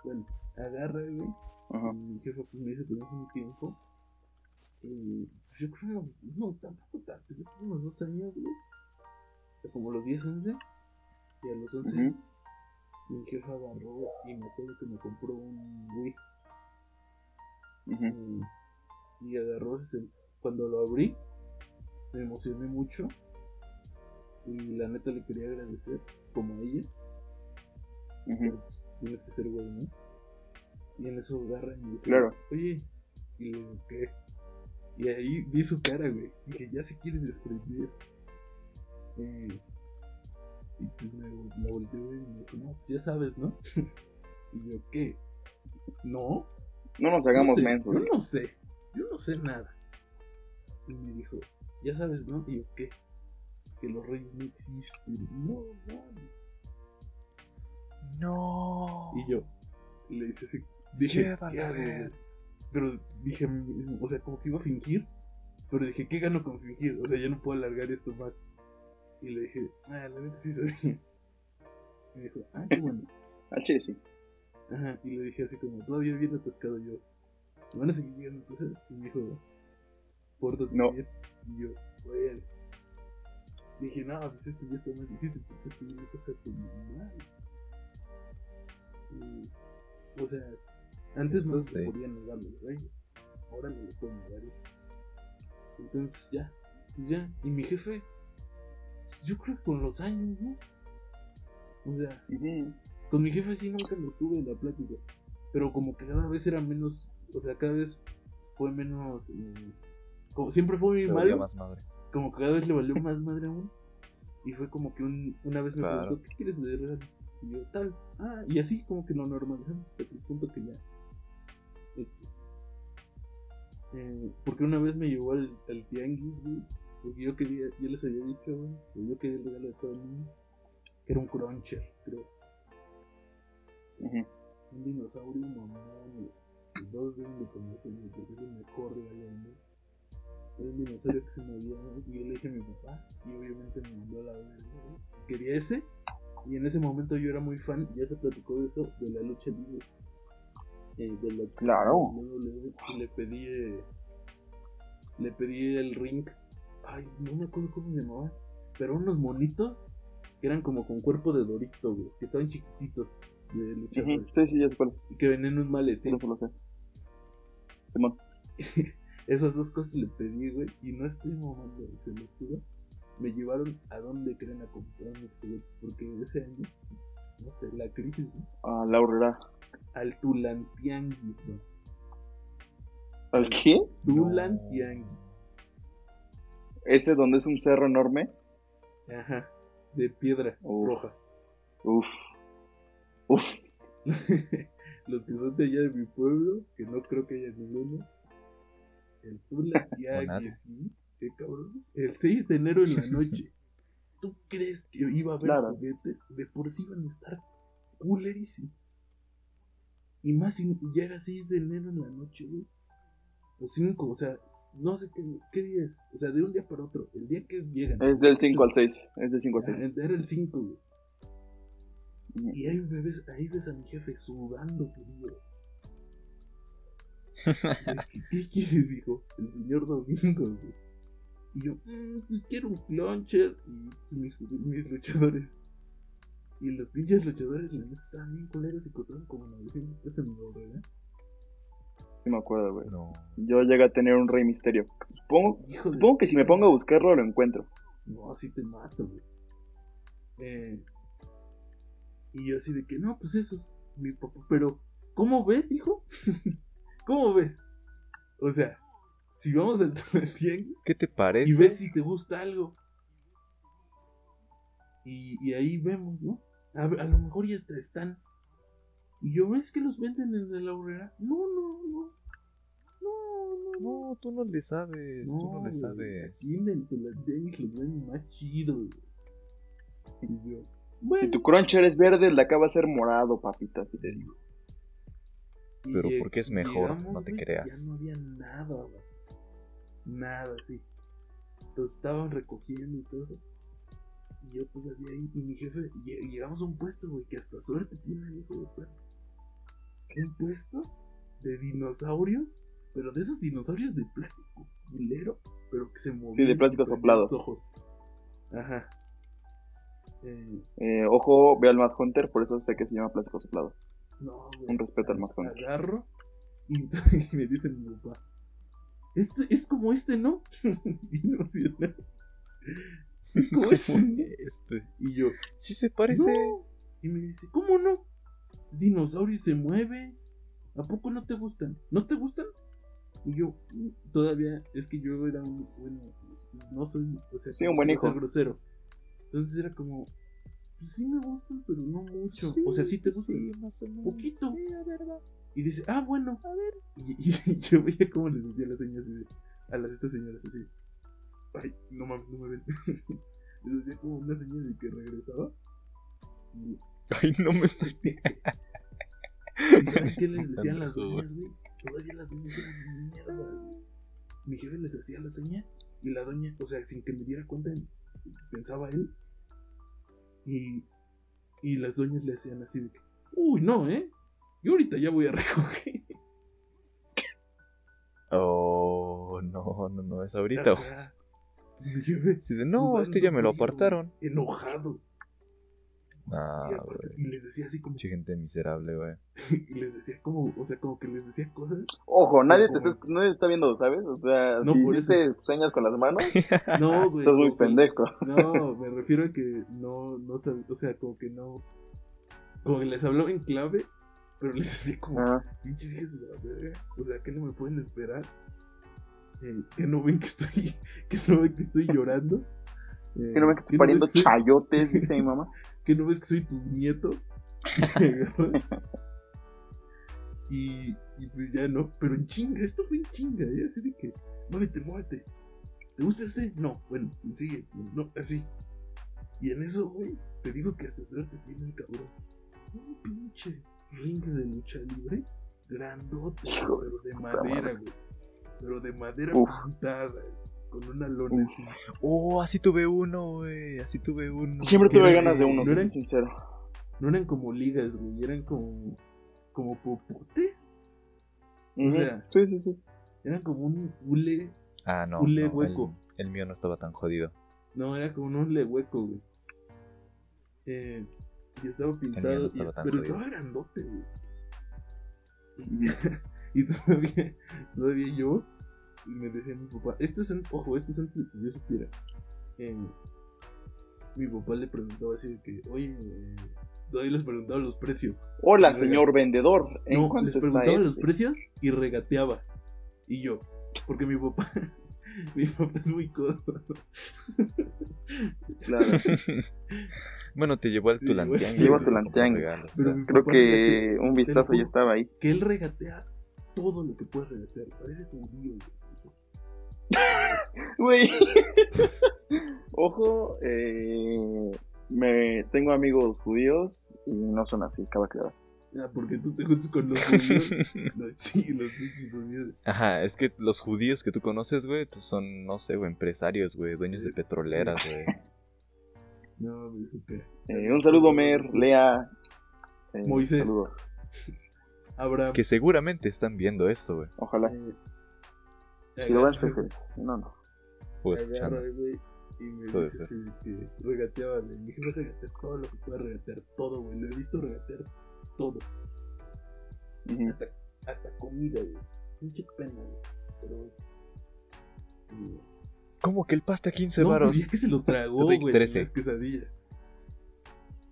Speaker 2: bueno, agarra, güey.
Speaker 1: Ajá.
Speaker 2: Mi jefa pues, me dice que no hace un tiempo. eh, pues, yo creo que no, tampoco tanto, yo creo unos dos años, güey. O sea, Como los 10, 11. Y a los 11
Speaker 1: Ujú.
Speaker 2: mi jefa agarró y me acuerdo que me compró un Wii.
Speaker 1: Ujú.
Speaker 2: Y, y agarró, se- cuando lo abrí, me emocioné mucho. Y la neta le quería agradecer, como a ella.
Speaker 1: Ujú.
Speaker 2: pero, pues, tienes que ser güey, ¿no? Y en eso agarra y me dice,
Speaker 1: Claro.
Speaker 2: oye, y le digo, ¿qué? Y ahí vi su cara, güey, y que ya se quiere desprender. Eh, y pues me vol- la volteé güey, y me dijo, no, ya sabes, ¿no? y yo, ¿qué? No,
Speaker 1: No nos
Speaker 2: no
Speaker 1: hagamos
Speaker 2: sé,
Speaker 1: mensos.
Speaker 2: Yo no sé, yo no sé nada. Y me dijo, ya sabes, ¿no? Y yo, ¿qué? Que los reyes no existen. No, no,
Speaker 3: No.
Speaker 2: Y yo le hice así. Dije,
Speaker 3: Llévala,
Speaker 2: ¿qué hago,
Speaker 3: güey.
Speaker 2: güey? Pero dije, a mí mismo, o sea, como que iba a fingir. Pero dije, ¿qué gano con fingir? O sea, yo no puedo alargar esto más. Y le dije, ah, la neta sí sabía. Y dijo, ah, qué bueno.
Speaker 1: Al chile sí.
Speaker 2: Ajá, y le dije así como, todavía bien atascado yo. ¿Me van a seguir llegando cosas? Y me dijo, pórtate
Speaker 1: No.
Speaker 2: bien. Y yo, bueno. Dije, no, pues esto ya está más difícil porque esto ya cosa tan mal. Y, o sea, antes no
Speaker 3: Eso
Speaker 2: se
Speaker 3: sí.
Speaker 2: podían negar los reyes. Ahora me lo pueden negar. ellos. Entonces ya, pues ya. Y mi jefe, yo creo que con los años, ¿no? O sea,
Speaker 1: Ujú.
Speaker 2: con mi jefe sí nunca lo tuve la plática. Pero como que cada vez era menos. O sea, cada vez fue menos. eh, como siempre fue mi
Speaker 3: Le
Speaker 2: madre.
Speaker 3: valía más madre.
Speaker 2: Como que cada vez le valió más madre aún. Y fue como que un- una vez me
Speaker 3: Claro.
Speaker 2: preguntó, ¿qué quieres de regalo? Y yo, tal. Ah, y así como que lo normalizamos hasta el punto que ya. eh, eh, porque una vez me llevó al, al tianguis, güey, Porque yo quería, yo les había dicho, güey, que yo quería el regalo de todo el mundo. Que era un cruncher, creo.
Speaker 1: Ujú.
Speaker 2: Un dinosaurio mamón, y dos deben de conocer, porque es el mejor regalo del mundo. Era un dinosaurio que se movía, ¿no? y yo le dije a mi papá, y obviamente me mandó a la verga. ¿no? Quería ese, y en ese momento yo era muy fan, ya se platicó de eso, de la lucha libre. Eh, de la
Speaker 1: Claro.
Speaker 2: WWE, y le pedí, eh, le pedí el ring. Ay, no me acuerdo cómo se llamaba, pero unos monitos que eran como con cuerpo de Dorito, güey, que estaban chiquititos de luchadores
Speaker 1: Ujú. Sí, sí, ya sé cuál.
Speaker 2: y que venían en un
Speaker 1: Sí,
Speaker 2: maletín.
Speaker 1: lo sé, lo sé. Simón.
Speaker 2: Esas dos cosas le pedí, güey, y no estoy mamando, se los juro. Me llevaron a donde creen a comprar mis juguetes, porque ese año, no sé, la crisis, ¿no?
Speaker 1: A la horrera.
Speaker 2: Al Tulantianguis, ¿no?
Speaker 1: ¿Al qué?
Speaker 2: Tulantianguis,
Speaker 1: Ese donde es un cerro enorme.
Speaker 2: ajá, de piedra
Speaker 1: Uf.
Speaker 2: roja.
Speaker 1: Uf. Uf.
Speaker 2: los que son de allá de mi pueblo, que no creo que haya ninguno. El Tulantianguis,
Speaker 3: Monada.
Speaker 2: ¿sí? ¿Qué cabrón? El 6 de enero en la noche. ¿Tú crees que iba a haber
Speaker 1: Claro.
Speaker 2: juguetes? De por sí iban a estar culerísimos. Y más si ya era 6 de enero en la noche, güey. O 5, o sea, no sé qué, qué día es. O sea, de un día para otro. El día que llegan.
Speaker 1: pues, Ah, Es del 5 al 6. Es del 5 al 6.
Speaker 2: Era el 5, güey. Y ahí, me ves, ahí ves a mi jefe sudando frío. ¿Qué, qué quieres, hijo? El señor Domingo, güey. Y yo, "Mm, pues quiero un launcher y mis, mis luchadores. Y los pinches luchadores, la neta, estaban bien culeros y costaban como 900 pesos en dólar, ¿eh?
Speaker 1: Sí me acuerdo, güey.
Speaker 3: No.
Speaker 1: Yo llegué a tener un Rey Misterio. Supongo,
Speaker 2: Hijo de-
Speaker 1: supongo que si me pongo a buscarlo lo encuentro.
Speaker 2: No, así te mato, güey. Eh, y yo así de que, no, pues eso es mi papá. Pero, ¿cómo ves, hijo? ¿Cómo ves? O sea, si vamos al tianguis
Speaker 3: ¿Qué te
Speaker 2: y
Speaker 3: parece?
Speaker 2: ves si te gusta algo. Y, y ahí vemos, ¿no? A, ver, a lo mejor ya hasta están. Y yo, ¿ves que los venden en la horrera? No, no, no. No, no,
Speaker 3: No, tú no le sabes.
Speaker 2: no,
Speaker 3: Pues tú no le
Speaker 2: güey,
Speaker 3: sabes.
Speaker 2: Aquí en el Teletubbies los ven más chido, güey. Y yo,
Speaker 1: Si
Speaker 2: bueno.
Speaker 1: tu cruncher es verde, el de acá va a ser morado, papita, así te digo.
Speaker 2: Y
Speaker 3: Pero
Speaker 2: lleg-
Speaker 3: porque es mejor, no te
Speaker 2: güey,
Speaker 3: creas.
Speaker 2: Ya no había nada, güey. Nada, sí. Entonces estaban recogiendo y todo. Y yo todavía ahí, y mi jefe, lle- llegamos a un puesto, güey, que hasta suerte tiene el hijo de perro. Un puesto de dinosaurios, pero de esos dinosaurios de plástico, hilero, pero que se movían.
Speaker 1: de
Speaker 2: y
Speaker 1: plástico
Speaker 2: prendían
Speaker 1: soplado.
Speaker 2: los ojos. Ajá. Eh,
Speaker 1: Eh, ojo, ve al Mad Hunter, por eso sé que se llama Plástico Soplado.
Speaker 2: No, güey.
Speaker 1: Un respeto al Max Hunter.
Speaker 2: Agarro y, y me dicen mi papá. Este, es como este, ¿no? Bien emocionado. Es como este. ¿no?".
Speaker 3: Este,
Speaker 2: Y yo,
Speaker 3: Sí se parece.
Speaker 2: "No". Y me dice, ¿cómo no? Dinosaurio se mueve. ¿A poco no te gustan? ¿No te gustan? Y yo, "Mm". todavía, es que yo era un, bueno, no soy, o sea,
Speaker 1: Sí, un buen
Speaker 2: no soy
Speaker 1: hijo.
Speaker 2: grosero. Entonces era como, pues sí me gustan, pero no mucho. o sea, sí te gustan.
Speaker 3: Sí, más o menos.
Speaker 2: Poquito.
Speaker 3: Sí, la verdad.
Speaker 2: Y dice, ah, bueno, a ver. Y, y- y yo veía cómo les decía a las señoras, así de- a las estas señoras, así. Ay, no mames, no me ven. les decía como una señora de que regresaba. Y
Speaker 3: Ay, no me estoy.
Speaker 2: ¿y ¿saben qué les
Speaker 3: Sí,
Speaker 2: decían las
Speaker 3: tanto,
Speaker 2: doñas, güey? Todavía las doñas eran mierda, güey. Mi jefe les hacía la seña y la doña, o sea, sin que me diera cuenta, pensaba él. Y, y las doñas le hacían así de que, uy, no, ¿eh? Yo ahorita ya voy a recoger.
Speaker 3: Oh, no, no, no, es ahorita. güey.
Speaker 2: Ajá. Mi jefe
Speaker 3: Así de, no, este ya me lo apartaron.
Speaker 2: enojado.
Speaker 3: Ah,
Speaker 2: y, aparte-
Speaker 3: güey.
Speaker 2: y les decía así como,
Speaker 3: Mucha gente miserable, güey.
Speaker 2: y les decía como, o sea, como que les decía cosas.
Speaker 1: Ojo, nadie te,
Speaker 2: Ojo,
Speaker 1: está, nadie te está viendo, ¿sabes? O sea,
Speaker 2: No,
Speaker 1: si
Speaker 2: por
Speaker 1: hiciste señas con las manos,
Speaker 2: No, güey.
Speaker 1: estás muy
Speaker 2: como que-
Speaker 1: pendejo.
Speaker 2: No, me refiero a que no, no sab- o sea, como que no. Como que les hablaba en clave, pero les decía como,
Speaker 1: Ajá.
Speaker 2: pinches hijas de la verga. O sea, que no me pueden esperar. Eh, que no ven que estoy, que no ven que estoy llorando. Eh,
Speaker 1: Que no ves que estoy
Speaker 2: no ven
Speaker 1: pariendo
Speaker 2: que estoy-
Speaker 1: chayotes, dice mi mamá.
Speaker 2: ¿Qué no ves que soy tu nieto? y, y pues ya no, pero en chinga, esto fue en chinga, ¿eh? así de que, muévete, muévete. ¿Te gusta este? No, bueno, sigue, no, así. Y en eso, güey, te digo que hasta suerte tiene el cabrón. Un pinche ring de lucha libre, grandote,
Speaker 1: Hijo
Speaker 2: pero de
Speaker 1: puta
Speaker 2: madera,
Speaker 1: madre.
Speaker 2: güey. Pero de madera
Speaker 1: Uf.
Speaker 2: pintada, güey, con una lona
Speaker 1: Uf.
Speaker 2: encima.
Speaker 3: Oh, así tuve uno, güey. Así tuve uno.
Speaker 1: Siempre tuve
Speaker 2: Pero,
Speaker 1: ganas de uno,
Speaker 2: ¿no
Speaker 1: soy
Speaker 2: eres?
Speaker 1: sincero.
Speaker 2: No eran como ligas, güey, eran como, como popotes.
Speaker 1: Ujú.
Speaker 2: sea,
Speaker 1: sí, sí, sí.
Speaker 2: Era como un hule.
Speaker 3: Ah, no.
Speaker 2: Hule
Speaker 3: no, el-
Speaker 2: hueco.
Speaker 3: El, mío no estaba tan jodido.
Speaker 2: No, era como un hule hueco, güey. Eh, y estaba pintado. y-
Speaker 3: estaba tan
Speaker 2: pero
Speaker 3: jodido.
Speaker 2: estaba grandote, güey. Y todavía, todavía yo me decía mi papá. Esto es antes, ojo, esto es antes de que yo supiera. Eh, mi papá le preguntaba así de que, oye, eh, todavía les preguntaba los precios.
Speaker 1: Hola,
Speaker 2: Pero,
Speaker 1: señor vendedor. ¿En
Speaker 2: No,
Speaker 1: cuánto
Speaker 2: les
Speaker 1: está
Speaker 2: preguntaba los
Speaker 1: este?
Speaker 2: precios y regateaba. Y yo, porque mi papá, mi papá es muy codo.
Speaker 1: Claro.
Speaker 3: bueno, te llevó al
Speaker 2: Te llevó al-
Speaker 3: Tulantiangue.
Speaker 1: Llevo al
Speaker 3: güey, como
Speaker 1: Tulantiangue.
Speaker 3: regalo, o
Speaker 2: Pero
Speaker 3: sea.
Speaker 2: mi
Speaker 1: Creo
Speaker 2: papá regatea-
Speaker 1: que un vistazo
Speaker 2: juro.
Speaker 1: ya estaba ahí.
Speaker 2: que él regatea todo lo que puede regatear. Parece judío.
Speaker 1: Güey. Ojo, eh, me tengo amigos judíos y no son así, cabe aclarar.
Speaker 2: Ah, porque tú te juntas con los judíos. los chi- los pinches judíos.
Speaker 3: Ajá, es que los judíos que tú conoces, güey, pues son, no sé, güey, empresarios, güey, dueños de
Speaker 2: Sí.
Speaker 3: petroleras, güey.
Speaker 2: No, me dijo que-
Speaker 1: Eh, un saludo, Mer, Lea, Eh,
Speaker 2: Moisés.
Speaker 1: Saludos.
Speaker 2: Abraham.
Speaker 3: Que seguramente están viendo esto, güey.
Speaker 1: Ojalá.
Speaker 2: eh,
Speaker 1: Si lo ven,
Speaker 2: agarra,
Speaker 1: soy feliz. No, no.
Speaker 3: O
Speaker 2: agarra,
Speaker 3: escuchando.
Speaker 2: güey, y me
Speaker 3: Puede
Speaker 2: dice que, que regateaba. Le dije, voy a regatear todo lo que pueda regatear, todo, güey. Lo he visto regatear todo.
Speaker 1: Ujú.
Speaker 2: hasta, hasta comida, güey. Pinche pena, güey. Pero, güey. eh,
Speaker 3: ¿Cómo que el pasta 15
Speaker 2: no,
Speaker 3: varos?
Speaker 2: güey, es que se lo tragó,
Speaker 3: Rick
Speaker 2: güey.
Speaker 3: 13.
Speaker 2: Las quesadillas.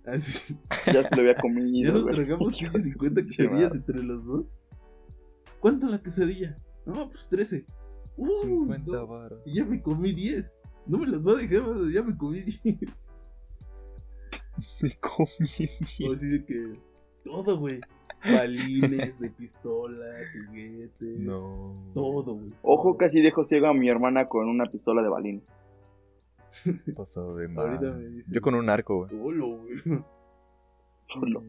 Speaker 2: Así,
Speaker 1: Ya se lo había
Speaker 2: ya
Speaker 1: comido.
Speaker 2: nos
Speaker 1: güey.
Speaker 2: tragamos
Speaker 1: Hijo
Speaker 2: 15, 50
Speaker 1: de pinche
Speaker 2: quesadillas
Speaker 1: madre.
Speaker 2: entre los dos. ¿Cuánto la quesadilla? No, pues 13. Uh,
Speaker 3: 50
Speaker 2: no,
Speaker 3: varos.
Speaker 2: y ya me comí 10. No me las va a dejar, o sea, ya me comí 10.
Speaker 3: Me comí.
Speaker 2: O así de que todo, güey. Balines de pistola, juguetes.
Speaker 3: No.
Speaker 2: Todo, güey.
Speaker 1: Ojo, casi dejo ciego a mi hermana con una pistola de balín.
Speaker 3: Pasado de
Speaker 2: Ahorita
Speaker 3: mal.
Speaker 2: me dice.
Speaker 3: Yo con un arco, güey.
Speaker 2: Solo, güey.
Speaker 1: Solo.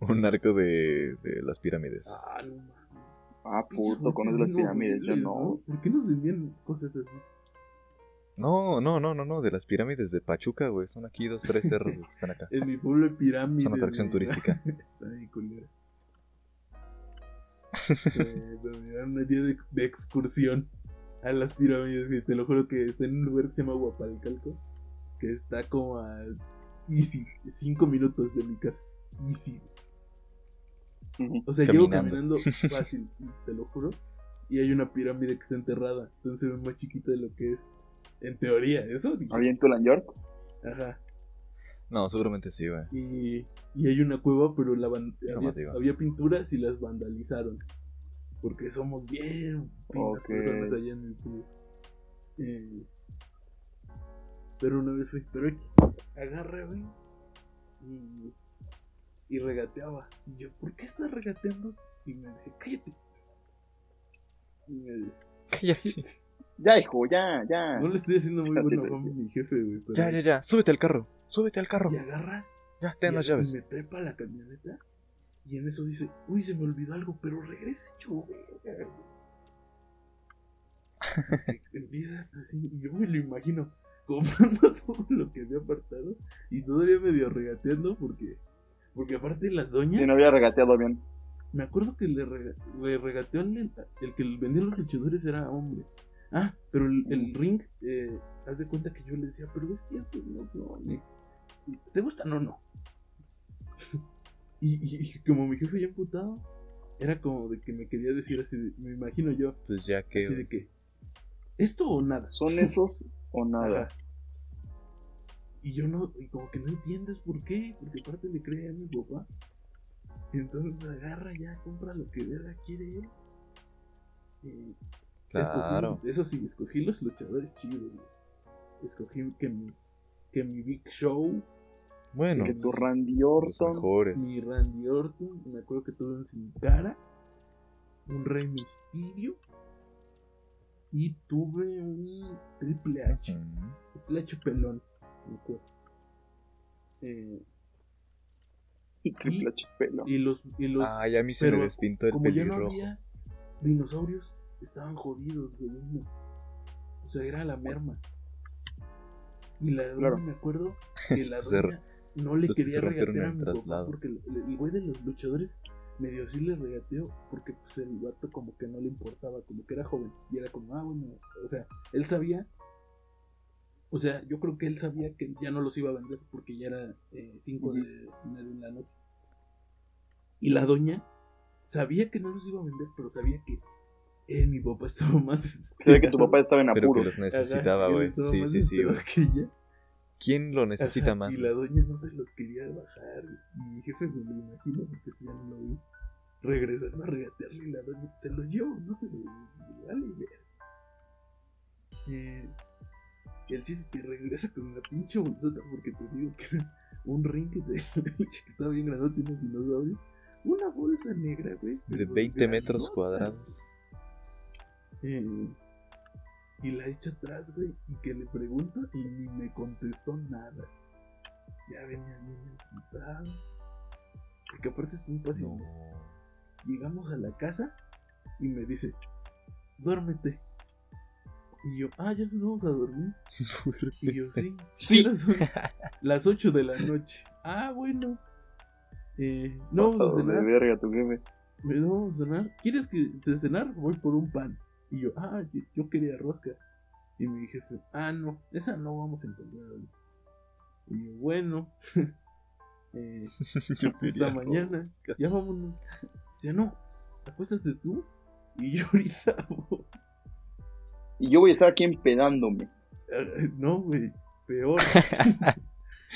Speaker 3: Un arco de, de las pirámides.
Speaker 2: Ah, no mames.
Speaker 1: Ah,
Speaker 2: Pinches
Speaker 1: puto, conoces
Speaker 2: güeyes
Speaker 1: las pirámides. Yo
Speaker 2: horribles,
Speaker 1: no.
Speaker 2: ¿Por qué nos vendían cosas así?
Speaker 3: No, no, no, no, no. De las pirámides de Pachuca, güey. Son aquí dos, tres cerros güey, que están acá.
Speaker 2: En mi pueblo hay pirámides.
Speaker 3: Son atracción
Speaker 2: güey.
Speaker 3: turística.
Speaker 2: Está bien culera. Eh, me dieron un día de, de excursión a las pirámides, que te lo juro que está en un lugar que se llama Guapalcalco, que está como a easy, 5 minutos de mi casa. Easy.
Speaker 1: Ujú.
Speaker 2: O sea,
Speaker 3: Caminando.
Speaker 2: llego caminando fácil, te lo juro. Y hay una pirámide que está enterrada. Entonces se ve más chiquita de lo que es. En teoría, eso. dije.
Speaker 1: ¿Había en Tulan York?
Speaker 2: Ajá.
Speaker 3: No, seguramente sí, güey.
Speaker 2: Y, y hay una cueva, pero la van-
Speaker 3: Yo nomás
Speaker 2: había,
Speaker 3: digo.
Speaker 2: había pinturas y las vandalizaron. Porque somos bien finas
Speaker 1: Ok.
Speaker 2: personas allá en el pueblo. Eh, pero una vez fui, pero X, agarra, güey. Y, y regateaba. Y yo, ¿por qué estás regateando? Y me dice, cállate. Y me dice,
Speaker 3: Cállate.
Speaker 1: Ya, hijo, ya, ya.
Speaker 2: no le estoy haciendo muy
Speaker 1: Así
Speaker 2: buena
Speaker 1: te
Speaker 2: fama a mi jefe, güey. pero-
Speaker 3: Ya, ya, ya. Súbete al carro. Súbete al carro.
Speaker 2: Y agarra
Speaker 3: Ya, ten
Speaker 2: y
Speaker 3: las
Speaker 2: a- y
Speaker 3: llaves.
Speaker 2: me trepa a la camioneta y en eso dice, uy, se me olvidó algo, pero regrese, hecho verga". Y Empieza así, y yo me lo imagino comprando todo lo que había apartado y todavía medio regateando porque, porque aparte las doñas,
Speaker 1: Si no había regateado bien.
Speaker 2: me acuerdo que le, rega- le regateó al nen- el que vendía los luchadores era hombre. Ah, pero el, el ring, eh, haz de cuenta que yo le decía, pero es que estos no son. eh, ¿Te gustan o no? y, y- y como mi jefe ya emputado, era como de que me quería decir así, de- me imagino yo,
Speaker 3: Pues ya que.
Speaker 2: así de que, ¿esto o nada?
Speaker 1: ¿Son esos o nada?
Speaker 2: Ajá. Y yo no, y como que no entiendes por qué, porque aparte le cree a mi papá. Entonces agarra ya, compra lo que verga quiere él. Eh,
Speaker 3: Claro.
Speaker 2: escogí- eso sí, escogí los luchadores chidos, güey. Escogí que mi, que mi Big Show,
Speaker 3: Bueno.
Speaker 1: Que tu Randy
Speaker 3: Los
Speaker 1: Orton.
Speaker 3: mejores.
Speaker 2: mi Randy Orton, me acuerdo que tuve un Sin Cara, un Rey Misterio, y tuve un Triple H.
Speaker 3: Ujú.
Speaker 2: Le echo pelón. me acuerdo. Eh,
Speaker 1: Triple H pelo.
Speaker 2: y los. Y los
Speaker 3: Ay, a mí se
Speaker 2: pero
Speaker 3: me despintó el
Speaker 2: como ya no
Speaker 3: pelirrojo.
Speaker 2: había dinosaurios, estaban jodidos, güey. uno. O sea, era la merma. Y la doña,
Speaker 1: Claro.
Speaker 2: me acuerdo que la
Speaker 3: Se-
Speaker 2: doña no le
Speaker 3: los que
Speaker 2: quería
Speaker 3: se rompieron
Speaker 2: regatear a
Speaker 3: en
Speaker 2: mi papá
Speaker 3: traslado.
Speaker 2: porque el, el- el güey de los luchadores medio sí le regateó porque pues el vato como que no le importaba, como que era joven y era como, ah, bueno, o sea, él sabía, o sea, yo creo que él sabía que ya no los iba a vender porque ya era 5 de, de la noche. Y la doña sabía que no los iba a vender, pero sabía que eh, mi papá estaba más
Speaker 1: Sabía que tu papá estaba en
Speaker 3: Pero que
Speaker 1: apuros.
Speaker 3: los necesitaba,
Speaker 2: Ajá,
Speaker 3: güey.
Speaker 2: él estaba
Speaker 3: Sí,
Speaker 2: más
Speaker 3: sí, sí, güey.
Speaker 2: desesperado que ella.
Speaker 3: ¿Quién lo necesita
Speaker 2: Ajá,
Speaker 3: más?
Speaker 2: Y la doña no se los quería bajar. Y mi jefe me lo imagino porque si ya no lo vi. Regresando a regatearle y la doña se lo llevó, no se lo vale ver. Eh, el chiste es que regresa con una pinche bolsota porque te digo que era un ring de leche que estaba bien grandote, unos dinosaurios. Una bolsa negra, güey.
Speaker 3: De
Speaker 2: pero
Speaker 3: 20 metros
Speaker 2: grandota,
Speaker 3: cuadrados.
Speaker 2: eh, y la echa atrás, güey, y que le pregunto y ni me contestó nada. Ya venía bien emputado. Porque aparte es muy fácil.
Speaker 3: No.
Speaker 2: ¿no? Llegamos a la casa y me dice, duérmete. Y yo, ah, ya nos vamos a dormir. Y yo, sí.
Speaker 1: Sí.
Speaker 2: ¿qué horas son?" Las 8 de la noche. Ah, bueno. Eh, no vamos a
Speaker 1: Pasado de
Speaker 2: cenar.
Speaker 1: verga tu jefe.
Speaker 2: Me dijo, vamos a cenar. ¿Quieres que de cenar? Voy por un pan. Y yo, ah, yo, yo quería rosca. Y mi jefe, ah, no, esa no vamos a encontrar. hoy". Y yo, bueno, eh,
Speaker 3: Yo
Speaker 2: esta
Speaker 3: diría, no.
Speaker 2: mañana, ya vámonos. Dice, no, acuéstate tú. Y yo ahorita, voy".
Speaker 1: Y yo voy a estar aquí empedándome.
Speaker 2: no, güey, peor.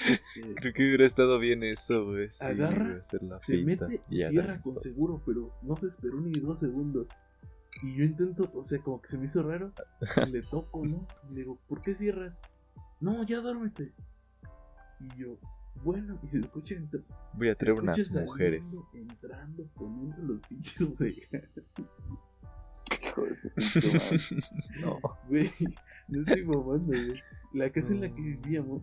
Speaker 2: Eh,
Speaker 3: Creo que hubiera estado bien eso, güey. Sí,
Speaker 2: Agarra,
Speaker 3: güey, hacer la
Speaker 2: Se
Speaker 3: finta
Speaker 2: mete
Speaker 3: y
Speaker 2: y cierra
Speaker 3: agarra
Speaker 2: con
Speaker 3: todo.
Speaker 2: seguro, pero no se esperó ni dos segundos. Y yo intento, o sea, como que se me hizo raro. y Le toco, ¿no? Y le digo, ¿por qué cierras? No, ya duérmete. Y yo, bueno, y se escucha entrar.
Speaker 3: Voy a traer unas mujeres.
Speaker 2: Entrando, poniendo los pinches regalos,
Speaker 1: Hijo de su pinche madre.
Speaker 3: no.
Speaker 2: güey. No estoy mamando, güey. La casa en la que
Speaker 3: No.
Speaker 2: vivíamos,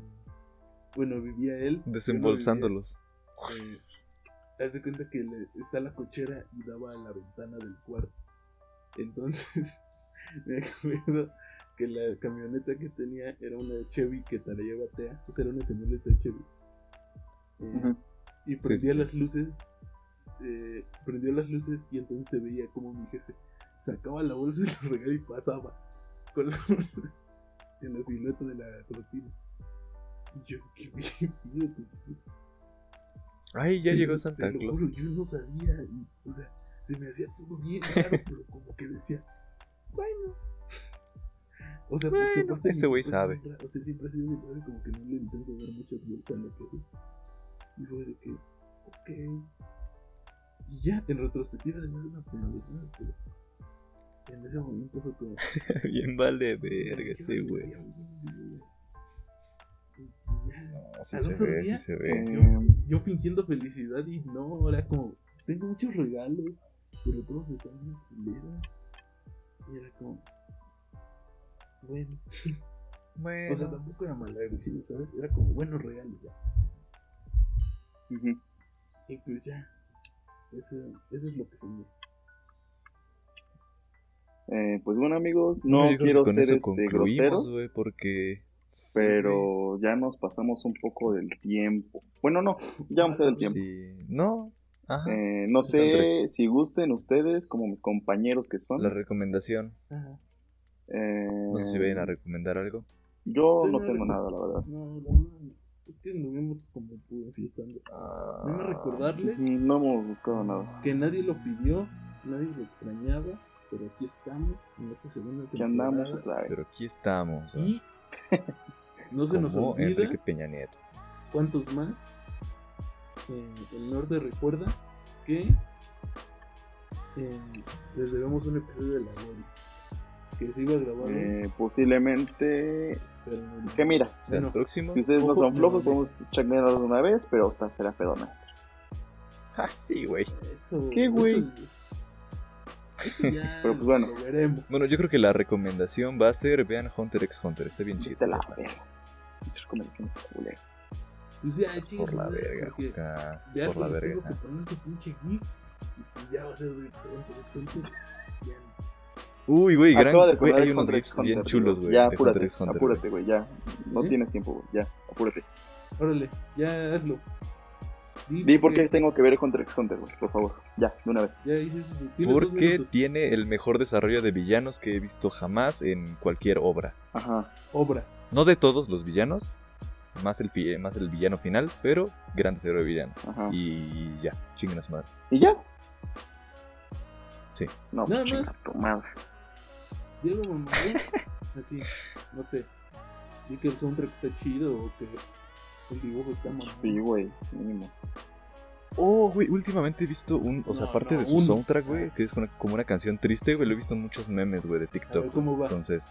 Speaker 2: bueno, vivía él. yo no vivía.
Speaker 3: Desembolsándolos.
Speaker 2: Eh, haz de cuenta que le- está la cochera y daba a la ventana del cuarto. Entonces, me acuerdo que la camioneta que tenía era una Chevy que traía batea. O sea, era una camioneta Chevy. Eh,
Speaker 1: Ujú.
Speaker 2: Y prendía
Speaker 3: sí,
Speaker 2: las luces. eh, prendió las luces y entonces se veía como mi jefe sacaba la bolsa y lo regalaba y pasaba con la bolsa en la silueta de la cortina. Y yo, qué bien,
Speaker 3: Ay, ya
Speaker 2: te-
Speaker 3: llegó
Speaker 2: te
Speaker 3: Santa
Speaker 2: lo
Speaker 3: Claus.
Speaker 2: juro, yo no sabía. y, O sea, se me hacía todo bien raro, pero como que decía, bueno. O sea, porque
Speaker 3: Bueno,
Speaker 2: aparte
Speaker 3: ese
Speaker 2: mi
Speaker 3: güey
Speaker 2: papá es
Speaker 3: sabe.
Speaker 2: bien raro, O sea, siempre ha sido bien raro, como que no le intento dar muchas vueltas a lo que hace. Y fue de que, ok. Y ya, en retrospectiva se me hace una penalidad, pero en ese momento fue como.
Speaker 3: Bien vale
Speaker 2: "Ay,
Speaker 3: verga
Speaker 2: qué
Speaker 3: ese
Speaker 2: barbaridad,
Speaker 3: güey.
Speaker 2: güey". Y ya,
Speaker 3: No, sí
Speaker 2: Al
Speaker 3: se
Speaker 2: otro
Speaker 3: ve,
Speaker 2: día,
Speaker 3: sí se ve.
Speaker 1: Eh,
Speaker 2: yo fingiendo felicidad y no, era como, tengo muchos regalos, pero todos están bien culeros. Y era como, bueno,
Speaker 3: Bueno,
Speaker 2: o sea, tampoco era malagrecido, ¿sabes? Era como, buenos regalos ya.
Speaker 1: ujú.
Speaker 2: Y pues ya, eso, eso es lo que soñé.
Speaker 1: Eh, pues bueno amigos,
Speaker 3: yo
Speaker 1: no
Speaker 3: creo que
Speaker 1: quiero
Speaker 3: con
Speaker 1: ser
Speaker 3: eso
Speaker 1: este
Speaker 3: concluimos,
Speaker 1: grosero,
Speaker 3: güey, porque
Speaker 1: pero ya nos pasamos un poco del tiempo. Bueno, no, ya vamos a ver el tiempo.
Speaker 3: sí, no, ajá,
Speaker 1: Eh, no
Speaker 3: Están
Speaker 1: sé
Speaker 3: tres.
Speaker 1: si gusten ustedes, como mis compañeros que son.
Speaker 3: la recomendación,
Speaker 2: Ajá.
Speaker 1: eh,
Speaker 3: no sé si vayan a recomendar algo.
Speaker 1: yo
Speaker 2: Sí,
Speaker 1: no
Speaker 2: no,
Speaker 1: tengo
Speaker 2: no.
Speaker 1: nada, la verdad.
Speaker 2: No, la verdad, es que nos vemos como pude fiestando.
Speaker 1: Ah.
Speaker 2: Vengo a recordarles
Speaker 1: Ujú, No hemos buscado nada.
Speaker 2: que nadie lo pidió, nadie lo extrañaba, pero aquí estamos en esta segunda
Speaker 1: Que andamos
Speaker 2: temporada.
Speaker 1: otra vez.
Speaker 3: Ah, Pero aquí estamos, ¿eh?
Speaker 2: Y no Pues se nos
Speaker 3: como
Speaker 2: olvida
Speaker 3: Enrique Peña Nieto.
Speaker 2: cuántos más. Eh, el norte recuerda que eh, les debemos un episodio de la gloria que se iba a grabar, hoy,
Speaker 1: Eh, posiblemente...
Speaker 2: pero no.
Speaker 1: Que mira,
Speaker 3: O sea,
Speaker 2: Bueno, pues
Speaker 3: el próximo.
Speaker 1: si ustedes no
Speaker 2: Ojo,
Speaker 1: son
Speaker 2: no,
Speaker 1: flojos,
Speaker 2: no.
Speaker 1: podemos checarlos de una vez, pero esta será pedona.
Speaker 3: Ah, sí, güey.
Speaker 2: Eso,
Speaker 1: ¿Qué, güey?
Speaker 2: eso- eso ya
Speaker 1: Pero, pues, bueno.
Speaker 2: lo veremos.
Speaker 3: Bueno, yo creo que la recomendación va a ser vean Hunter x Hunter, está bien chido.
Speaker 1: Vete a la verga. Muchas recomendaciones culeras.
Speaker 2: Pues ya, chingues,
Speaker 3: Por la
Speaker 2: ¿no?
Speaker 3: verga,
Speaker 2: Porque
Speaker 3: Juca,
Speaker 2: ya
Speaker 3: por la
Speaker 2: les
Speaker 3: verga.
Speaker 2: tengo que poner su pinche gif y pues ya va a ser de pronto, de pronto, ya no.
Speaker 3: Uy, güey, gran,
Speaker 1: Acaba de
Speaker 3: güey,
Speaker 1: poner
Speaker 3: hay unos
Speaker 1: Hunter x
Speaker 3: gifs bien
Speaker 1: Hunter,
Speaker 3: chulos, güey.
Speaker 1: Ya,
Speaker 3: de Hunter
Speaker 1: apúrate,
Speaker 3: x Hunter, güey.
Speaker 1: apúrate, güey, ya. No
Speaker 2: ¿Eh?
Speaker 1: tienes tiempo, güey, ya, apúrate.
Speaker 2: Órale, ya hazlo.
Speaker 1: Di por qué tengo que ver Hunter x Hunter, güey, por favor. Ya, de una vez.
Speaker 2: Ya dices eso. Tienes dos
Speaker 3: Porque
Speaker 2: minutos.
Speaker 3: tiene el mejor desarrollo de villanos que he visto jamás en cualquier obra.
Speaker 1: Ajá.
Speaker 2: Obra.
Speaker 3: No de todos los villanos, más el, fi- más el villano final, pero gran desarrollo de villano.
Speaker 1: Ajá. ¿Y,
Speaker 3: Y ya, chinguen a su madre.
Speaker 1: ya?
Speaker 3: Sí.
Speaker 1: No,
Speaker 2: Nada
Speaker 1: chinga
Speaker 2: más.
Speaker 1: tu madre.
Speaker 2: Ya lo mamador, Así, no sé. Y que el soundtrack está chido o que el dibujo está mamado.
Speaker 1: Sí, güey, mínimo.
Speaker 3: Oh, güey, últimamente he visto un. O sea,
Speaker 2: No,
Speaker 3: aparte
Speaker 2: no,
Speaker 3: de su
Speaker 2: uno.
Speaker 3: soundtrack, güey, que es una- como una canción triste, güey, lo he visto en muchos memes, güey, de
Speaker 2: A ver,
Speaker 3: TikTok.
Speaker 2: ¿cómo va?
Speaker 3: Entonces,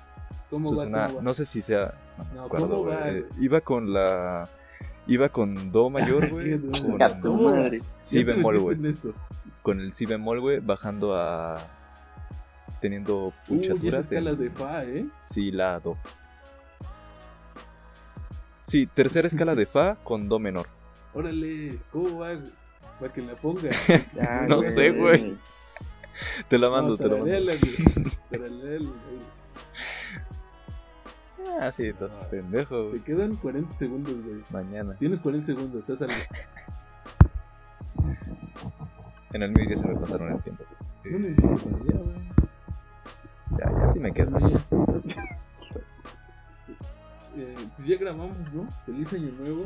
Speaker 2: ¿Cómo
Speaker 3: eso
Speaker 2: va?
Speaker 3: es una-
Speaker 2: ¿Cómo va?
Speaker 3: no sé si sea. No, me
Speaker 2: No,
Speaker 3: acuerdo,
Speaker 2: ¿cómo
Speaker 3: güey.
Speaker 2: va,
Speaker 3: Eh,
Speaker 2: güey?
Speaker 3: Iba con la. Iba con Do mayor, güey.
Speaker 2: Chinga tu
Speaker 3: con
Speaker 1: Chinga tu
Speaker 2: ¿Cómo?
Speaker 1: madre.
Speaker 3: Si
Speaker 2: Ya te
Speaker 3: bemol,
Speaker 2: metiste
Speaker 3: güey.
Speaker 2: en esto.
Speaker 3: con el si bemol, güey, bajando a. teniendo
Speaker 2: Uy, Uh, esa
Speaker 3: puchaturas.
Speaker 2: escala
Speaker 3: en
Speaker 2: de fa, ¿eh?
Speaker 3: Si, la, do. Sí, tercera escala de fa con do menor.
Speaker 2: Órale, ¿cómo va? güey? Para que la ponga.
Speaker 1: Ya,
Speaker 3: No sé, güey. Te la mando,
Speaker 2: No,
Speaker 3: te la mando.
Speaker 2: tarareala, güey. Tarareala, güey.
Speaker 3: Ah, sí, estás
Speaker 2: Ah.
Speaker 3: pendejo, güey.
Speaker 2: Te quedan 40 segundos, güey.
Speaker 3: Mañana.
Speaker 2: Tienes 40 segundos, estás al.
Speaker 3: en el medio ya se me pasaron el tiempo.
Speaker 2: No me digas para allá, güey.
Speaker 3: Ya, ya sí me quedo.
Speaker 2: Eh, pues ya grabamos, ¿no? Feliz año nuevo.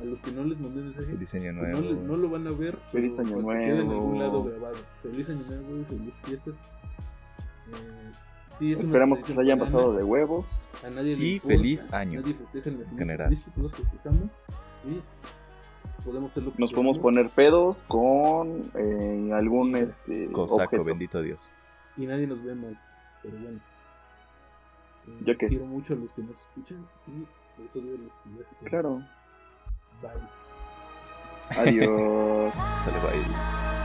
Speaker 2: A los que no les mandé mensaje,
Speaker 3: El diseño
Speaker 2: pues
Speaker 3: nuevo.
Speaker 2: no, le- no lo van a ver. pero
Speaker 1: Feliz año
Speaker 2: cuando quede en
Speaker 1: nuevo.
Speaker 2: algún lado grabado. Feliz año nuevo y feliz fiestas. Eh, sí, es una
Speaker 1: Esperamos que
Speaker 2: tradición
Speaker 1: se la hayan
Speaker 2: pagana.
Speaker 1: pasado de huevos.
Speaker 2: A nadie le
Speaker 3: Y
Speaker 2: importa,
Speaker 3: feliz año,
Speaker 2: Nadie festeja el nacimiento de
Speaker 3: general.
Speaker 2: Cristo, todos festejamos y podemos hacer lo que
Speaker 1: Nos
Speaker 2: queramos.
Speaker 1: podemos poner pedos con eh, algún este,
Speaker 3: Cosaco,
Speaker 1: objeto.
Speaker 3: bendito Dios.
Speaker 2: y nadie nos ve mal. Pero bueno. Eh,
Speaker 1: ¿Ya qué?
Speaker 2: Quiero mucho a los que nos escuchan y por eso digo a los que ya se quedan.
Speaker 1: Claro.
Speaker 2: Bye.
Speaker 1: Adiós.
Speaker 3: Sale, bye.